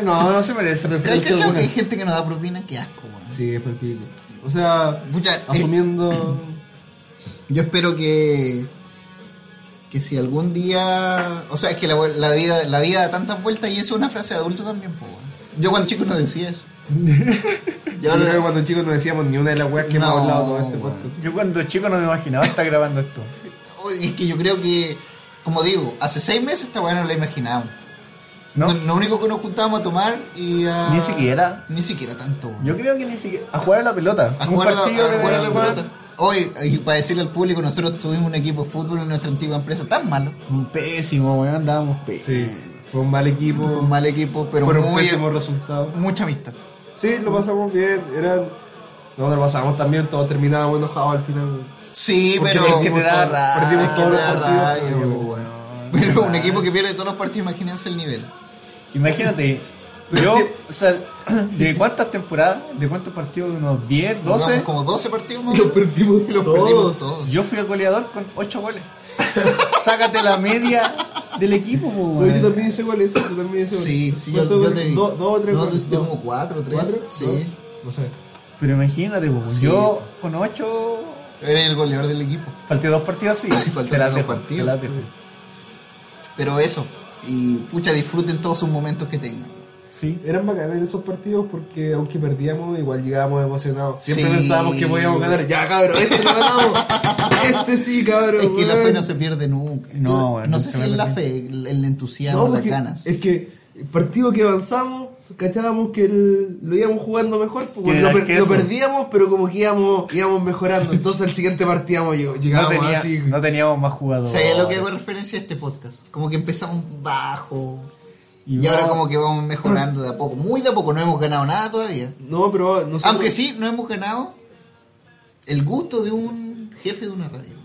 Speaker 3: No, no se merece
Speaker 1: ¿Hay
Speaker 3: referencia
Speaker 1: cachado
Speaker 3: alguna.
Speaker 1: que hay gente que no da propina? Qué asco, weón.
Speaker 2: Sí, es perfil. O sea,
Speaker 1: Pucha, eh,
Speaker 2: asumiendo.
Speaker 1: Yo espero que que si algún día, o sea, es que la, vu- la vida la vida da tantas vueltas y eso es una frase de adulto también, po, weón. Yo cuando chico no decía eso. Y
Speaker 2: Yo creo que
Speaker 1: ahora
Speaker 2: cuando chicos no decíamos ni una de las weas que
Speaker 1: No,
Speaker 2: hemos hablado todo este
Speaker 1: güey.
Speaker 2: podcast.
Speaker 3: Yo cuando chico no me imaginaba estar grabando esto.
Speaker 1: es que yo creo que como digo, hace seis meses esta weá no la imaginábamos.
Speaker 3: No,
Speaker 1: Lo- Lo único que nos juntábamos a tomar y a...
Speaker 3: ni siquiera.
Speaker 1: Ni siquiera tanto, weón.
Speaker 3: Yo creo que ni siquiera. A jugar a la pelota.
Speaker 1: A
Speaker 3: un
Speaker 1: jugar a la,
Speaker 3: partido
Speaker 1: a
Speaker 3: de
Speaker 1: jugar a la
Speaker 3: weón.
Speaker 1: pelota. Hoy, y para decirle al público, nosotros tuvimos un equipo de fútbol en nuestra antigua empresa tan malo.
Speaker 3: Un pésimo, weón. Andábamos pésimo.
Speaker 2: Sí, fue un mal equipo.
Speaker 1: Fue un mal equipo, pero
Speaker 2: fueron
Speaker 1: muy,
Speaker 2: pésimos resultados.
Speaker 1: mucha amistad.
Speaker 2: Sí, lo pasamos bien. Eran. No, lo pasamos también. Todos terminábamos enojados al final.
Speaker 1: Sí,
Speaker 3: Porque
Speaker 1: pero.
Speaker 3: es que te da
Speaker 1: por-
Speaker 3: rabia,
Speaker 1: perdimos todos los
Speaker 3: te da
Speaker 1: partidos.
Speaker 3: rabia,
Speaker 1: Pero,
Speaker 3: weón.
Speaker 1: Pero un equipo que pierde todos los partidos, imagínense el nivel.
Speaker 3: Imagínate,
Speaker 2: Pero
Speaker 3: yo,
Speaker 2: sí.
Speaker 3: o sea, ¿de cuántas temporadas? ¿De cuántos partidos? ¿Unos 10,
Speaker 1: Jugamos
Speaker 3: 12?
Speaker 1: como 12 partidos más.
Speaker 2: Los perdimos
Speaker 1: Los perdimos
Speaker 2: todos.
Speaker 1: todos.
Speaker 3: Yo fui el goleador con 8 goles. Sácate la media del equipo, po,
Speaker 2: No, yo
Speaker 3: weón.
Speaker 2: también hice goles, yo también hice goles.
Speaker 1: Sí, sí, yo,
Speaker 2: ¿Cuántos
Speaker 1: yo
Speaker 2: goles?
Speaker 1: te vi.
Speaker 2: Do- Dos o tres
Speaker 1: No,
Speaker 2: goles,
Speaker 1: yo
Speaker 2: dos.
Speaker 1: como cuatro, tres.
Speaker 2: ¿Cuatro?
Speaker 1: Sí.
Speaker 2: No, no sé.
Speaker 3: Pero imagínate, po,
Speaker 1: Sí.
Speaker 3: yo con 8
Speaker 1: Eres el goleador del equipo.
Speaker 3: falté dos partidos, sí.
Speaker 1: Faltaron
Speaker 3: Te las
Speaker 1: dos
Speaker 3: dejo,
Speaker 1: partidos.
Speaker 3: te las dejo.
Speaker 1: Pero eso. Y pucha, disfruten todos sus momentos que tengan.
Speaker 3: Sí.
Speaker 1: Eh,
Speaker 2: Eran bacanes esos partidos porque aunque perdíamos, igual llegábamos emocionados. Siempre
Speaker 1: Sí.
Speaker 2: pensábamos que podíamos ganar. Ya, cabrón, este lo ganamos. Este sí, cabrón.
Speaker 1: Es que la fe
Speaker 2: weón.
Speaker 1: no se pierde nunca.
Speaker 3: No,
Speaker 1: No,
Speaker 3: bueno,
Speaker 1: no sé
Speaker 3: nunca
Speaker 1: si
Speaker 3: me
Speaker 1: es la
Speaker 3: perdí.
Speaker 1: fe, el, el
Speaker 2: No,
Speaker 1: entusiasmo, las
Speaker 2: porque
Speaker 1: ganas.
Speaker 2: Es que el partido que avanzamos, cachábamos que el- lo íbamos jugando mejor, pues,
Speaker 3: Que
Speaker 2: lo,
Speaker 3: era
Speaker 2: per-
Speaker 3: queso.
Speaker 2: lo perdíamos, pero como que íbamos, íbamos mejorando. Entonces al siguiente partido íbamos-
Speaker 3: No,
Speaker 2: llegábamos
Speaker 3: tenía-
Speaker 2: así.
Speaker 3: no teníamos más jugadores.
Speaker 1: ¿Sabes a lo que hago referencia a este podcast? Como que empezamos bajo y,
Speaker 3: va-
Speaker 1: ahora como que vamos mejorando de a poco, muy de a poco, no hemos ganado nada todavía.
Speaker 2: No, pero nosotros-
Speaker 1: Aunque sí, no hemos ganado el gusto de un jefe de una radio.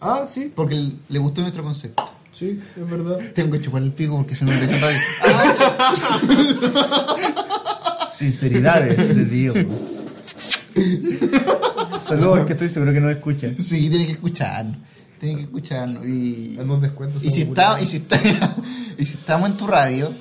Speaker 2: Ah, sí,
Speaker 1: Porque l- le gustó nuestro concepto.
Speaker 2: sí, es verdad.
Speaker 1: Tengo que chupar el pico porque se me metió en radio. Ah,
Speaker 3: Sinceridades, les digo. Saludos, que estoy seguro que no escucha.
Speaker 1: sí, tiene que escucharnos. Tiene que escucharnos. Y,
Speaker 2: En un descuento.
Speaker 1: y si,
Speaker 2: seguro.
Speaker 1: está, y, si está- y si estamos en tu radio,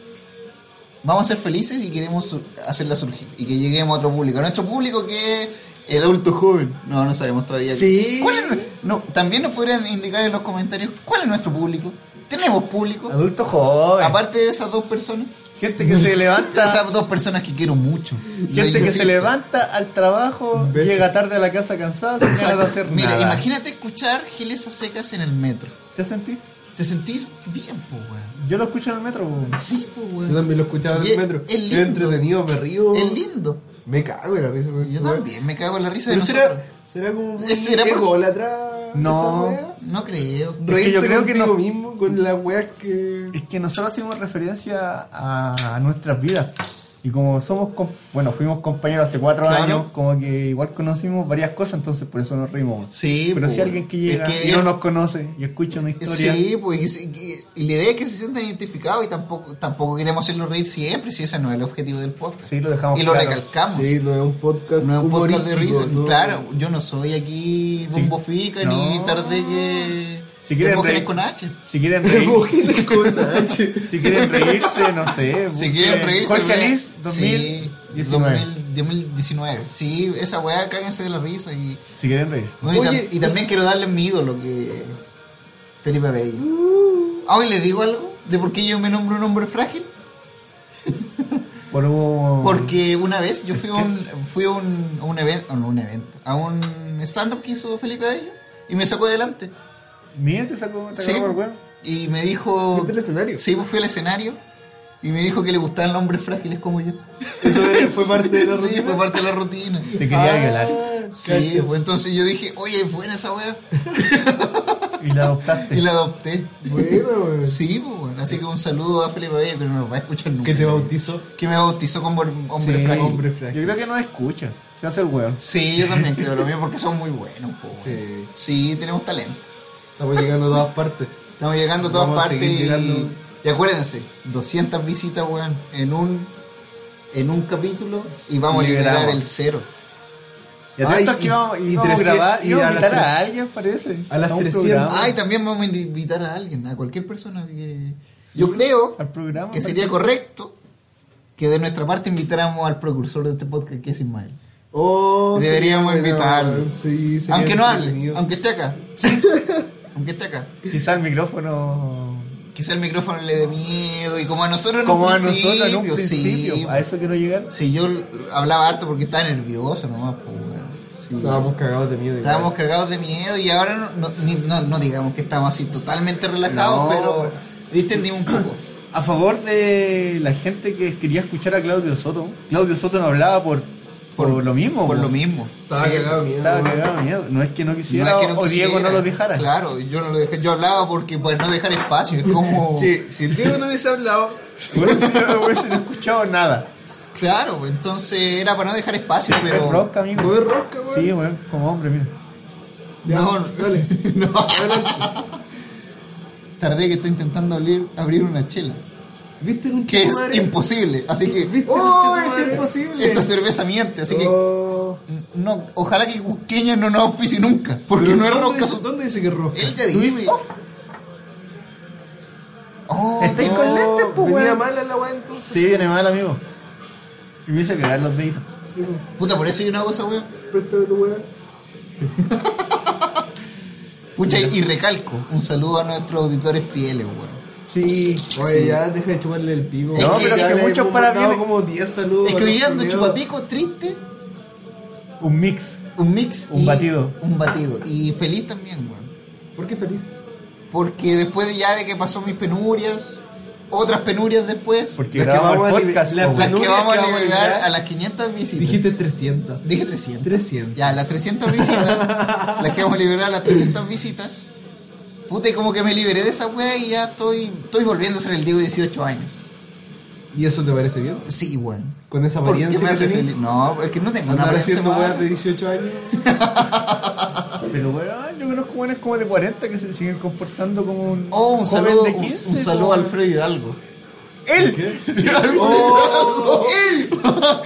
Speaker 1: vamos a ser felices y queremos su- hacerla surgir. Y que lleguemos a otro público. A nuestro público que es el adulto joven. No, no sabemos todavía.
Speaker 2: Sí.
Speaker 1: ¿Cuál es nue- no, también nos podrían indicar en los comentarios cuál es nuestro público. ¿Tenemos público?
Speaker 3: Adulto joven.
Speaker 1: Aparte de esas dos personas.
Speaker 3: gente que se levanta.
Speaker 1: Esas dos personas que quiero mucho. Lo
Speaker 3: Gente que
Speaker 1: insisto.
Speaker 3: se levanta al trabajo,
Speaker 2: Beso.
Speaker 3: llega tarde a la casa cansada, sin ganas
Speaker 1: Exacto.
Speaker 3: de hacer
Speaker 1: Mira,
Speaker 3: nada.
Speaker 1: imagínate escuchar Giles a secas en el metro.
Speaker 3: ¿Te sentí?
Speaker 1: Te sentir bien, pues, weón.
Speaker 3: Yo lo escucho en el metro. po.
Speaker 1: Sí, pues,
Speaker 2: Yo
Speaker 1: weón.
Speaker 2: también lo escuchaba en
Speaker 1: Y
Speaker 2: el
Speaker 1: es-
Speaker 2: metro.
Speaker 1: es lindo.
Speaker 2: Yo entretenido, me río.
Speaker 1: Es lindo.
Speaker 2: Me cago en la risa. con
Speaker 1: Yo
Speaker 2: esa weá.
Speaker 1: también me cago en la risa de
Speaker 2: Pero
Speaker 1: nosotros.
Speaker 2: será, será como muy
Speaker 1: Es- será por-
Speaker 2: ególatra
Speaker 3: No.
Speaker 2: esa weá.
Speaker 1: No creo.
Speaker 3: que
Speaker 2: Reírte
Speaker 3: yo creo que
Speaker 2: contigo
Speaker 3: no-
Speaker 2: mismo con las weas que...
Speaker 3: Es que nosotros hacemos referencia a, a nuestras vidas. Y como somos, com- bueno, fuimos compañeros hace cuatro
Speaker 1: Claro.
Speaker 3: años, como que igual conocimos varias cosas, entonces por eso nos rimos.
Speaker 1: Sí,
Speaker 3: Pero
Speaker 1: pues,
Speaker 3: si alguien que
Speaker 1: es
Speaker 3: llega
Speaker 1: que-
Speaker 3: y no nos conoce y escucha una historia,
Speaker 1: Sí, pues, y, si- y- y la idea es que se sientan identificados y tampoco tampoco queremos hacerlo reír siempre, si ese no es el objetivo del podcast.
Speaker 3: sí, lo dejamos
Speaker 1: y lo
Speaker 3: claro.
Speaker 1: recalcamos.
Speaker 2: Sí, no es un podcast
Speaker 1: No es un podcast de
Speaker 2: humorístico,
Speaker 1: risa.
Speaker 2: no.
Speaker 1: Claro, yo no soy aquí
Speaker 3: Sí.
Speaker 1: bombo fica ni
Speaker 3: No.
Speaker 1: tarde que.
Speaker 3: Si quieren
Speaker 1: que
Speaker 3: reír-
Speaker 1: con H.
Speaker 3: Si quieren
Speaker 2: El
Speaker 3: reír,
Speaker 2: mojito con H.
Speaker 3: si quieren reírse, no sé.
Speaker 1: Si
Speaker 3: busquen
Speaker 1: quieren reírse.
Speaker 3: Jorge
Speaker 1: vean-
Speaker 3: Alice,
Speaker 1: Sí,
Speaker 3: 2019.
Speaker 1: 2000 2019. Sí, esa weá, cáguense de la risa. Y,
Speaker 3: Si quieren reírse.
Speaker 1: bueno, y tam-
Speaker 2: Oye,
Speaker 1: y, también quiero darle mi ídolo, que. Felipe Bello.
Speaker 2: Uh.
Speaker 1: Ah, y les digo algo de por qué yo me nombro un hombre frágil.
Speaker 3: Por un...
Speaker 1: Porque una vez yo fui a un,
Speaker 3: Sketch.
Speaker 1: fui a un, a un evento, no, un evento, a un stand-up que hizo Felipe Bello y me sacó adelante.
Speaker 3: Mira, te
Speaker 2: Ah,
Speaker 3: sacó, te
Speaker 1: Sí.
Speaker 3: agarró por el huevo.
Speaker 1: Y me dijo.
Speaker 2: ¿Fuiste al escenario?
Speaker 1: Sí, pues fui al escenario. Y me dijo que le gustaban los hombres frágiles como yo.
Speaker 2: Eso era- fue parte de la
Speaker 1: Sí,
Speaker 2: rutina.
Speaker 1: fue parte de la rutina.
Speaker 3: Te quería
Speaker 2: Ah,
Speaker 3: violar.
Speaker 1: Sí,
Speaker 2: cacha.
Speaker 1: pues entonces yo dije, oye, es buena esa weá.
Speaker 3: Y la adoptaste.
Speaker 1: Y la adopté.
Speaker 2: Bueno, weón.
Speaker 1: Sí, pues bueno. Así que un saludo a Felipe Bella, pero no nos va a escuchar nunca.
Speaker 2: Que te bautizó.
Speaker 1: Que me bautizó como hom- hombre
Speaker 3: Sí.
Speaker 1: frágil.
Speaker 2: hombre frágil.
Speaker 3: Yo creo que no escucha. Se hace el hueón.
Speaker 1: Sí, yo también creo lo mismo porque son muy buenos, pues.
Speaker 2: Sí.
Speaker 1: Sí, tenemos talento.
Speaker 2: Estamos llegando a todas partes.
Speaker 1: Estamos llegando a todas
Speaker 2: Vamos a
Speaker 1: partes.
Speaker 2: seguir
Speaker 1: y-
Speaker 2: llegando.
Speaker 1: Y, acuérdense, 200 visitas, weón, en un, en un capítulo y vamos a liberar
Speaker 3: Liberamos.
Speaker 1: el cero.
Speaker 3: Y atentos
Speaker 2: Ay,
Speaker 3: que vamos, y
Speaker 2: y
Speaker 3: vamos a
Speaker 2: 300
Speaker 3: grabar y
Speaker 2: y
Speaker 3: vamos a
Speaker 2: a las
Speaker 3: invitar a
Speaker 2: 300
Speaker 3: alguien, parece.
Speaker 2: a las
Speaker 3: un
Speaker 2: 300.
Speaker 3: programa.
Speaker 1: Ay, Ah, también vamos a invitar a alguien, a cualquier persona que... Yo creo
Speaker 3: Al programa.
Speaker 1: que
Speaker 3: parece.
Speaker 1: sería correcto que de nuestra parte invitáramos al precursor de este podcast, que es Ismael.
Speaker 2: Oh,
Speaker 1: Deberíamos
Speaker 2: sería bueno,
Speaker 1: invitarlo.
Speaker 2: sí, sería
Speaker 1: aunque no hable,
Speaker 2: entretenido.
Speaker 1: aunque esté acá. aunque esté acá.
Speaker 3: Quizá el micrófono.
Speaker 1: Quizá el micrófono le dé miedo y como a nosotros en
Speaker 3: Como
Speaker 1: un
Speaker 3: a nosotros en un
Speaker 1: principio, sí, pues.
Speaker 3: principio. A eso quiero llegar.
Speaker 1: Sí, yo l- hablaba harto porque estaba nervioso nomás, po, weón. Sí.
Speaker 2: Estábamos cagados de miedo. igual.
Speaker 1: Estábamos cagados de miedo y ahora no, no- ni- no- no digamos que estamos así totalmente relajados,
Speaker 3: No.
Speaker 1: pero distendimos un poco.
Speaker 3: A favor de la gente que quería escuchar a Claudio Soto. Claudio Soto no hablaba por, por, lo mismo.
Speaker 1: Por
Speaker 3: po.
Speaker 1: lo mismo.
Speaker 2: Estaba
Speaker 1: Sí.
Speaker 2: cagado de miedo.
Speaker 3: Estaba
Speaker 2: weón.
Speaker 3: cagado de miedo. No es que no
Speaker 1: No es
Speaker 3: quisiera
Speaker 1: que no
Speaker 3: o Diego
Speaker 1: quisiera.
Speaker 3: no lo dejara.
Speaker 1: Claro, yo no lo dejé. Yo hablaba porque para no dejar espacio. Es como.
Speaker 2: Sí, si el Diego no hubiese hablado,
Speaker 3: Por eso yo no hubiese escuchado nada.
Speaker 1: Claro, entonces era para no dejar espacio,
Speaker 3: Pero...
Speaker 1: pero.
Speaker 3: Rock,
Speaker 2: no
Speaker 3: amigo.
Speaker 2: es rosca, weón.
Speaker 3: Sí, weón, como hombre, mira.
Speaker 2: Ya,
Speaker 1: No,
Speaker 2: dale.
Speaker 1: no.
Speaker 2: Adelante.
Speaker 1: Tardé que estoy intentando abrir, abrir una chela.
Speaker 2: ¿Viste un
Speaker 1: Que
Speaker 2: chico
Speaker 1: es
Speaker 2: madre?
Speaker 1: imposible. Así que.
Speaker 2: ¿Viste,
Speaker 1: ¡Oh,
Speaker 2: concha
Speaker 1: es
Speaker 2: tu madre?
Speaker 1: imposible! Esta cerveza miente, así que.
Speaker 2: Oh.
Speaker 1: No, ojalá que Cusqueña no nos auspicie nunca. Porque no es
Speaker 2: ¿Dónde
Speaker 1: rosca
Speaker 2: dice-
Speaker 1: su.
Speaker 2: ¿Dónde dice que es rosca?
Speaker 1: Él ya
Speaker 3: Tú
Speaker 1: dice.
Speaker 3: dices, "Oh".
Speaker 1: Oh,
Speaker 3: Estáis
Speaker 1: no.
Speaker 3: con lentes, po,
Speaker 2: Venía
Speaker 3: weón.
Speaker 2: mala la weá entonces.
Speaker 3: Sí, viene mal, amigo. Y me hice cagar los deditos.
Speaker 2: Sí, weón.
Speaker 1: Puta, por eso yo no hago esa weá.
Speaker 2: Préstame tu weá.
Speaker 1: Pucha, y recalco. Un saludo a nuestros auditores fieles, weón.
Speaker 3: Sí.
Speaker 2: Oye, ya deja de chuparle el pico.
Speaker 1: No,
Speaker 2: weón.
Speaker 1: pero
Speaker 2: Ya
Speaker 1: es que
Speaker 2: le
Speaker 3: muchos
Speaker 2: hemos
Speaker 3: para
Speaker 2: mandado
Speaker 3: bien-
Speaker 2: como 10 saludos.
Speaker 1: Es que
Speaker 2: a
Speaker 1: hoy
Speaker 2: los
Speaker 1: día ando
Speaker 2: culiados.
Speaker 1: chupapico, triste,
Speaker 3: Un mix.
Speaker 1: un mix.
Speaker 3: Un
Speaker 1: y-
Speaker 3: batido.
Speaker 1: Un batido. Y feliz también, weón.
Speaker 2: ¿Por qué feliz?
Speaker 1: Porque después de ya de que pasó mis penurias, otras penurias después,
Speaker 3: Porque
Speaker 2: Las que
Speaker 3: grabamos
Speaker 2: vamos a
Speaker 3: el podcast.
Speaker 2: liberar.
Speaker 1: las
Speaker 3: po,
Speaker 1: pues, que
Speaker 2: penurias
Speaker 1: vamos
Speaker 2: que
Speaker 1: a
Speaker 2: vamos a
Speaker 1: liberar
Speaker 2: liberar.
Speaker 1: a las 500 visitas.
Speaker 2: Dijiste 300.
Speaker 1: Dije 300.
Speaker 2: 300.
Speaker 1: Ya, las 300 visitas, las que vamos a liberar a las 300 visitas. Puta, y como que me liberé de esa wea y ya estoy, estoy volviendo a ser el Diego de 18 años.
Speaker 2: ¿Y eso te parece bien?
Speaker 1: Sí, weón.
Speaker 2: Con esa
Speaker 1: ¿Por qué
Speaker 2: apariencia
Speaker 1: me
Speaker 2: que
Speaker 1: hace
Speaker 2: tenés.
Speaker 1: feliz? No, es que no tengo una
Speaker 2: Andar
Speaker 1: apariencia
Speaker 2: haciendo
Speaker 1: mala.
Speaker 2: weas de 18 años.
Speaker 3: Pero weón, yo conozco buenas como de 40 que se siguen comportando como un.
Speaker 1: Oh, un
Speaker 3: joven
Speaker 1: saludo,
Speaker 3: de
Speaker 1: un-
Speaker 3: 15,
Speaker 1: un, saludo
Speaker 3: po.
Speaker 1: a Alfredo Hidalgo.
Speaker 3: ¡Él!
Speaker 2: Oh.
Speaker 1: ¡Él!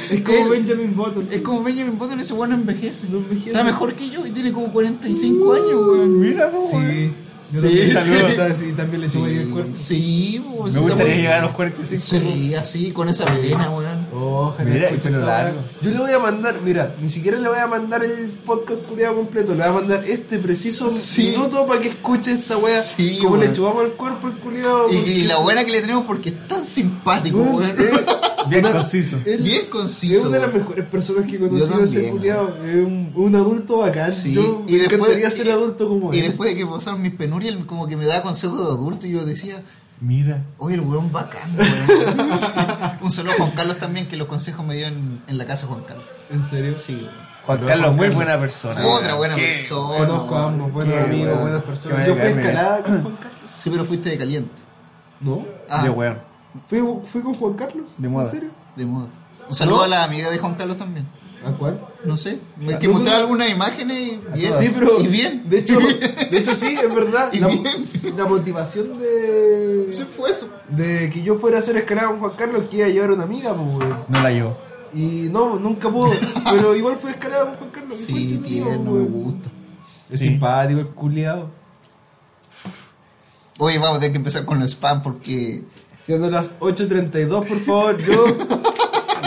Speaker 2: Es como
Speaker 1: Él.
Speaker 2: Benjamin Button.
Speaker 1: Es como Benjamin Button, ese weón no envejece.
Speaker 2: No envejece.
Speaker 1: Está mejor que yo y tiene como 45 años, weón.
Speaker 3: Mira, po,
Speaker 2: Sí.
Speaker 3: weón.
Speaker 2: Yo
Speaker 1: Sí.
Speaker 2: también saludo, ta- sí, también le chupo ahí el cuerpo.
Speaker 1: Sí, pues,
Speaker 3: Me
Speaker 1: está
Speaker 3: gustaría
Speaker 1: muy-
Speaker 3: llegar a los 45.
Speaker 1: Sí, así, con esa melena, weón.
Speaker 2: Ojalá
Speaker 3: Mira,
Speaker 2: escuche
Speaker 3: el pelo
Speaker 2: esta
Speaker 3: largo.
Speaker 2: weá. Yo le voy a mandar, mira, ni siquiera le voy a mandar el podcast culiado completo, le voy a mandar este preciso
Speaker 1: Sí.
Speaker 2: minuto para que escuche esta wea.
Speaker 1: Sí,
Speaker 2: como
Speaker 1: weón.
Speaker 2: le chupamos el cuerpo al culiado.
Speaker 1: Y, y la buena que le tenemos porque es tan simpático, weón.
Speaker 3: Bien conciso.
Speaker 1: Bien
Speaker 2: Eh, Es
Speaker 1: conciso.
Speaker 2: una de las
Speaker 1: weón.
Speaker 2: mejores personas que he
Speaker 1: Yo
Speaker 2: conocido
Speaker 1: también,
Speaker 2: ese culiado. Es un, un adulto bacán.
Speaker 1: Sí,
Speaker 2: Yo
Speaker 1: y
Speaker 2: me
Speaker 1: después-
Speaker 2: encantaría ser
Speaker 1: y-
Speaker 2: adulto como
Speaker 1: Y
Speaker 2: él.
Speaker 1: después de que pasaron mis penurias, él como que me daba consejos de adulto y yo decía,
Speaker 3: Mira.
Speaker 1: oye, el weón bacán, weón. Sí. Un saludo a Juan Carlos también, que los consejos me dio en, en la casa Juan Carlos.
Speaker 2: En serio.
Speaker 1: Sí, weón.
Speaker 3: Juan
Speaker 2: Saludos,
Speaker 3: Carlos,
Speaker 2: Juan
Speaker 3: muy
Speaker 2: Carlos.
Speaker 3: buena persona.
Speaker 1: Otra
Speaker 3: weón.
Speaker 1: buena
Speaker 3: Qué-
Speaker 1: persona.
Speaker 2: Conozco a ambos, buenos
Speaker 3: Qué
Speaker 2: amigos,
Speaker 3: weón.
Speaker 2: buenas
Speaker 3: Qué
Speaker 2: personas. Yo fui
Speaker 3: bacán,
Speaker 2: escalada con Juan Carlos.
Speaker 1: Sí, pero fuiste de caliente.
Speaker 2: No.
Speaker 1: Ah,
Speaker 3: De weón.
Speaker 2: Fui, fui con Juan Carlos.
Speaker 3: De moda.
Speaker 2: ¿En serio?
Speaker 1: de moda. Un saludo
Speaker 2: ¿No?
Speaker 1: a la amiga de Juan Carlos también.
Speaker 2: ¿A cuál?
Speaker 1: No sé, me
Speaker 2: Ah,
Speaker 1: que
Speaker 2: no,
Speaker 1: mostrar
Speaker 2: no.
Speaker 1: algunas imágenes y bien.
Speaker 2: Sí, pero
Speaker 1: y bien.
Speaker 2: De hecho, de hecho sí, es verdad.
Speaker 1: Y
Speaker 2: La,
Speaker 1: bien.
Speaker 2: la motivación de,
Speaker 1: Sí, fue eso.
Speaker 2: de que yo fuera a hacer escalada con Juan Carlos que iba a llevar a una amiga, pues, weón.
Speaker 3: No la llevo.
Speaker 2: Y no, nunca pudo. pero igual fue escalada con Juan Carlos. que fue
Speaker 1: Sí,
Speaker 2: entretenido,
Speaker 1: tierno, me
Speaker 2: weón.
Speaker 1: gusta.
Speaker 2: Es
Speaker 3: Sí.
Speaker 2: simpático el culiado.
Speaker 1: Oye, vamos a tener que empezar con el spam porque.
Speaker 2: Siendo las 8.32, por favor, yo.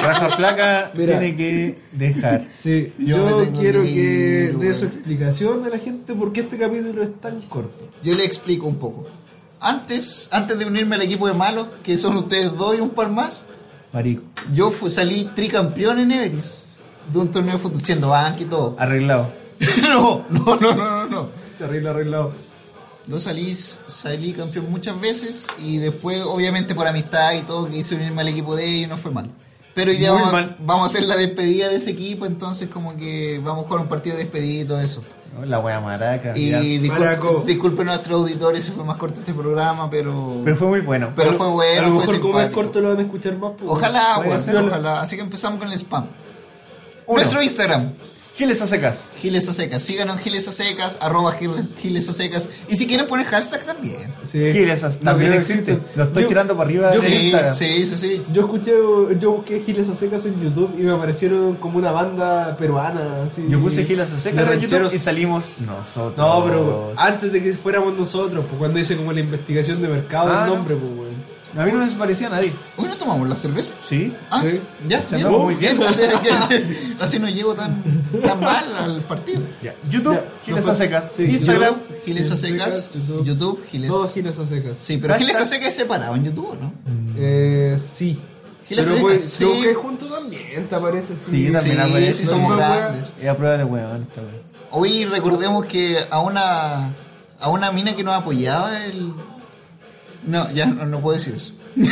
Speaker 3: Rafa Flaca
Speaker 2: Mira.
Speaker 3: tiene que dejar.
Speaker 2: Sí,
Speaker 1: Yo
Speaker 2: yo,
Speaker 1: me tengo
Speaker 2: quiero
Speaker 1: que ir,
Speaker 2: que dé
Speaker 1: weón.
Speaker 2: su explicación a la gente por qué este capítulo es tan corto.
Speaker 1: Yo le explico un poco. Antes, antes de unirme al equipo de malos, que son ustedes dos y un par más,
Speaker 3: Marico.
Speaker 1: yo fu- salí tricampeón en Everest de un torneo de fútbol, siendo banca y todo.
Speaker 3: Arreglado.
Speaker 1: no, no, no, no, no, no.
Speaker 2: Terrible arreglado.
Speaker 1: Yo salí, salí campeón muchas veces y después, obviamente, por amistad y todo, quise unirme al equipo de ellos y no fue mal. Pero hoy día
Speaker 3: Muy
Speaker 1: vamos,
Speaker 3: mal.
Speaker 1: vamos a hacer la despedida de ese equipo, entonces, como que vamos a jugar un partido de despedida y todo eso.
Speaker 3: No, La wea maraca. ya.
Speaker 1: Y
Speaker 2: Maraco.
Speaker 1: disculpen, disculpen a nuestros auditores si fue más corto este programa, pero.
Speaker 3: Pero fue muy bueno.
Speaker 1: Pero fue
Speaker 2: a
Speaker 1: bueno,
Speaker 2: lo
Speaker 1: fue
Speaker 2: mejor como es
Speaker 1: simpático.
Speaker 2: corto lo van a escuchar más. pues,
Speaker 1: Ojalá,
Speaker 3: Puede
Speaker 1: weón,
Speaker 3: ser.
Speaker 1: ojalá. Así que empezamos con el spam.
Speaker 3: Uno.
Speaker 1: Nuestro Instagram,
Speaker 3: ¿Qué les hace caso?
Speaker 1: Giles a Secas. Síganos en Giles a Secas, arroba Giles Giles a Secas. Y si quieren poner hashtag también.
Speaker 2: Sí.
Speaker 3: Giles as-
Speaker 2: No
Speaker 3: también
Speaker 2: creo que
Speaker 3: existe.
Speaker 2: exista.
Speaker 3: Lo estoy
Speaker 2: Yo-
Speaker 3: tirando para arriba
Speaker 2: yo-
Speaker 3: de
Speaker 1: Sí,
Speaker 3: Ah, Instagram.
Speaker 1: sí, sí, sí.
Speaker 2: Yo escuché, yo busqué Giles a secas en YouTube y me aparecieron como una banda peruana. Así,
Speaker 3: Yo puse Giles a
Speaker 2: de
Speaker 3: secas en
Speaker 2: rancheros.
Speaker 3: YouTube y Oh, salimos nosotros.
Speaker 2: No, Ah, pero antes de que fuéramos nosotros, pues cuando hice como la investigación de mercado
Speaker 3: Ah,
Speaker 2: el
Speaker 3: no.
Speaker 2: nombre, pues weón.
Speaker 3: A mí no les parecía a nadie.
Speaker 1: Hoy no tomamos la cerveza.
Speaker 3: Sí.
Speaker 1: Ah,
Speaker 2: Sí.
Speaker 1: ya,
Speaker 3: Se
Speaker 1: bien,
Speaker 3: andaba
Speaker 1: muy
Speaker 3: muy
Speaker 1: bien. Así, así- así no llego tan, tan mal al partido.
Speaker 3: Ya. YouTube,
Speaker 2: Ya,
Speaker 3: Giles
Speaker 2: no
Speaker 3: a
Speaker 2: fue-
Speaker 3: secas.
Speaker 2: sí,
Speaker 3: Instagram.
Speaker 1: YouTube, Giles a secas,
Speaker 2: YouTube.
Speaker 1: YouTube, Giles.
Speaker 2: Todos Giles a secas.
Speaker 1: Sí, pero
Speaker 3: Hashtag-
Speaker 1: Giles a secas es separado en YouTube, ¿o ¿no?
Speaker 2: Eh, sí.
Speaker 1: Giles
Speaker 2: pero
Speaker 1: a
Speaker 2: pues,
Speaker 1: secas,
Speaker 2: yo
Speaker 1: sí.
Speaker 2: busqué junto también, ¿te parece?
Speaker 3: Sí, también.
Speaker 1: Sí,
Speaker 3: la
Speaker 1: sí,
Speaker 3: verdad.
Speaker 1: somos
Speaker 2: La verdad,
Speaker 1: grandes.
Speaker 3: Es a prueba de huevón esta wea.
Speaker 1: Hoy recordemos que a una, a una mina que nos apoyaba el... No, ya no, no puedo decir eso.
Speaker 2: No,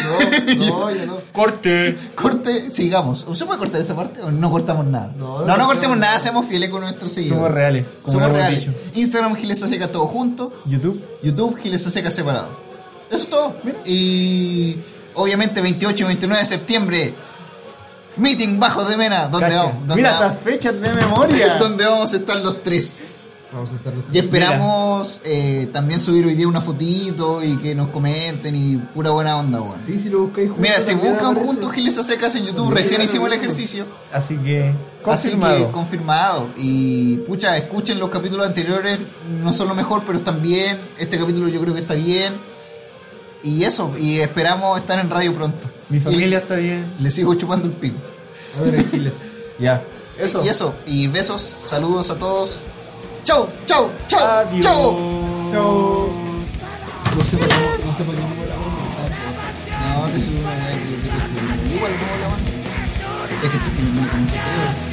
Speaker 2: no, ya no.
Speaker 3: Corte.
Speaker 1: Corte, sigamos. ¿Se puede cortar esa parte o no cortamos nada? No, no,
Speaker 2: No, no
Speaker 1: cortemos
Speaker 2: cortamos
Speaker 1: nada,
Speaker 2: nada.
Speaker 1: seamos fieles con nuestros seguidores.
Speaker 3: Somos reales. como
Speaker 1: Somos
Speaker 3: lo hemos
Speaker 1: reales.
Speaker 3: dicho.
Speaker 1: Instagram, Giles a secas, todo junto.
Speaker 3: YouTube.
Speaker 1: YouTube, Giles a secas separado. Eso es todo. Y obviamente 28 y 29 de septiembre, meeting Bajos de Mena, donde
Speaker 3: Cacha.
Speaker 1: vamos, donde
Speaker 3: Mira
Speaker 1: vamos-
Speaker 3: esas fechas de memoria.
Speaker 1: donde vamos a estar los tres.
Speaker 2: Vamos a estar
Speaker 1: Y esperamos eh, también subir hoy día una fotito y que nos comenten y pura buena onda, weón.
Speaker 2: Sí, si lo buscáis juntos.
Speaker 1: Mira, si
Speaker 2: también
Speaker 1: buscan
Speaker 2: aparece.
Speaker 1: juntos Giles a Secas en YouTube,
Speaker 2: Sí,
Speaker 1: recién
Speaker 2: claro,
Speaker 1: hicimos el
Speaker 2: claro.
Speaker 1: ejercicio.
Speaker 3: Así que,
Speaker 1: Así
Speaker 3: confirmado.
Speaker 1: que, confirmado. Y pucha, escuchen los capítulos anteriores, no son lo mejor, pero están bien. Este capítulo yo creo que está bien. Y eso, y esperamos estar en radio pronto.
Speaker 3: Mi familia está bien.
Speaker 1: Y le sigo chupando el pico.
Speaker 2: A ver, Giles.
Speaker 3: Ya. Eso.
Speaker 1: Y eso, y besos, saludos a todos. Chau, chau, chau,
Speaker 3: Adiós.
Speaker 1: chau.
Speaker 2: Chao. No sé por qué. No sé por qué. me la voy a contar.
Speaker 1: No, te subo una weá que yo creo que estoy igual como la mano. Sé que estoy como como se creo.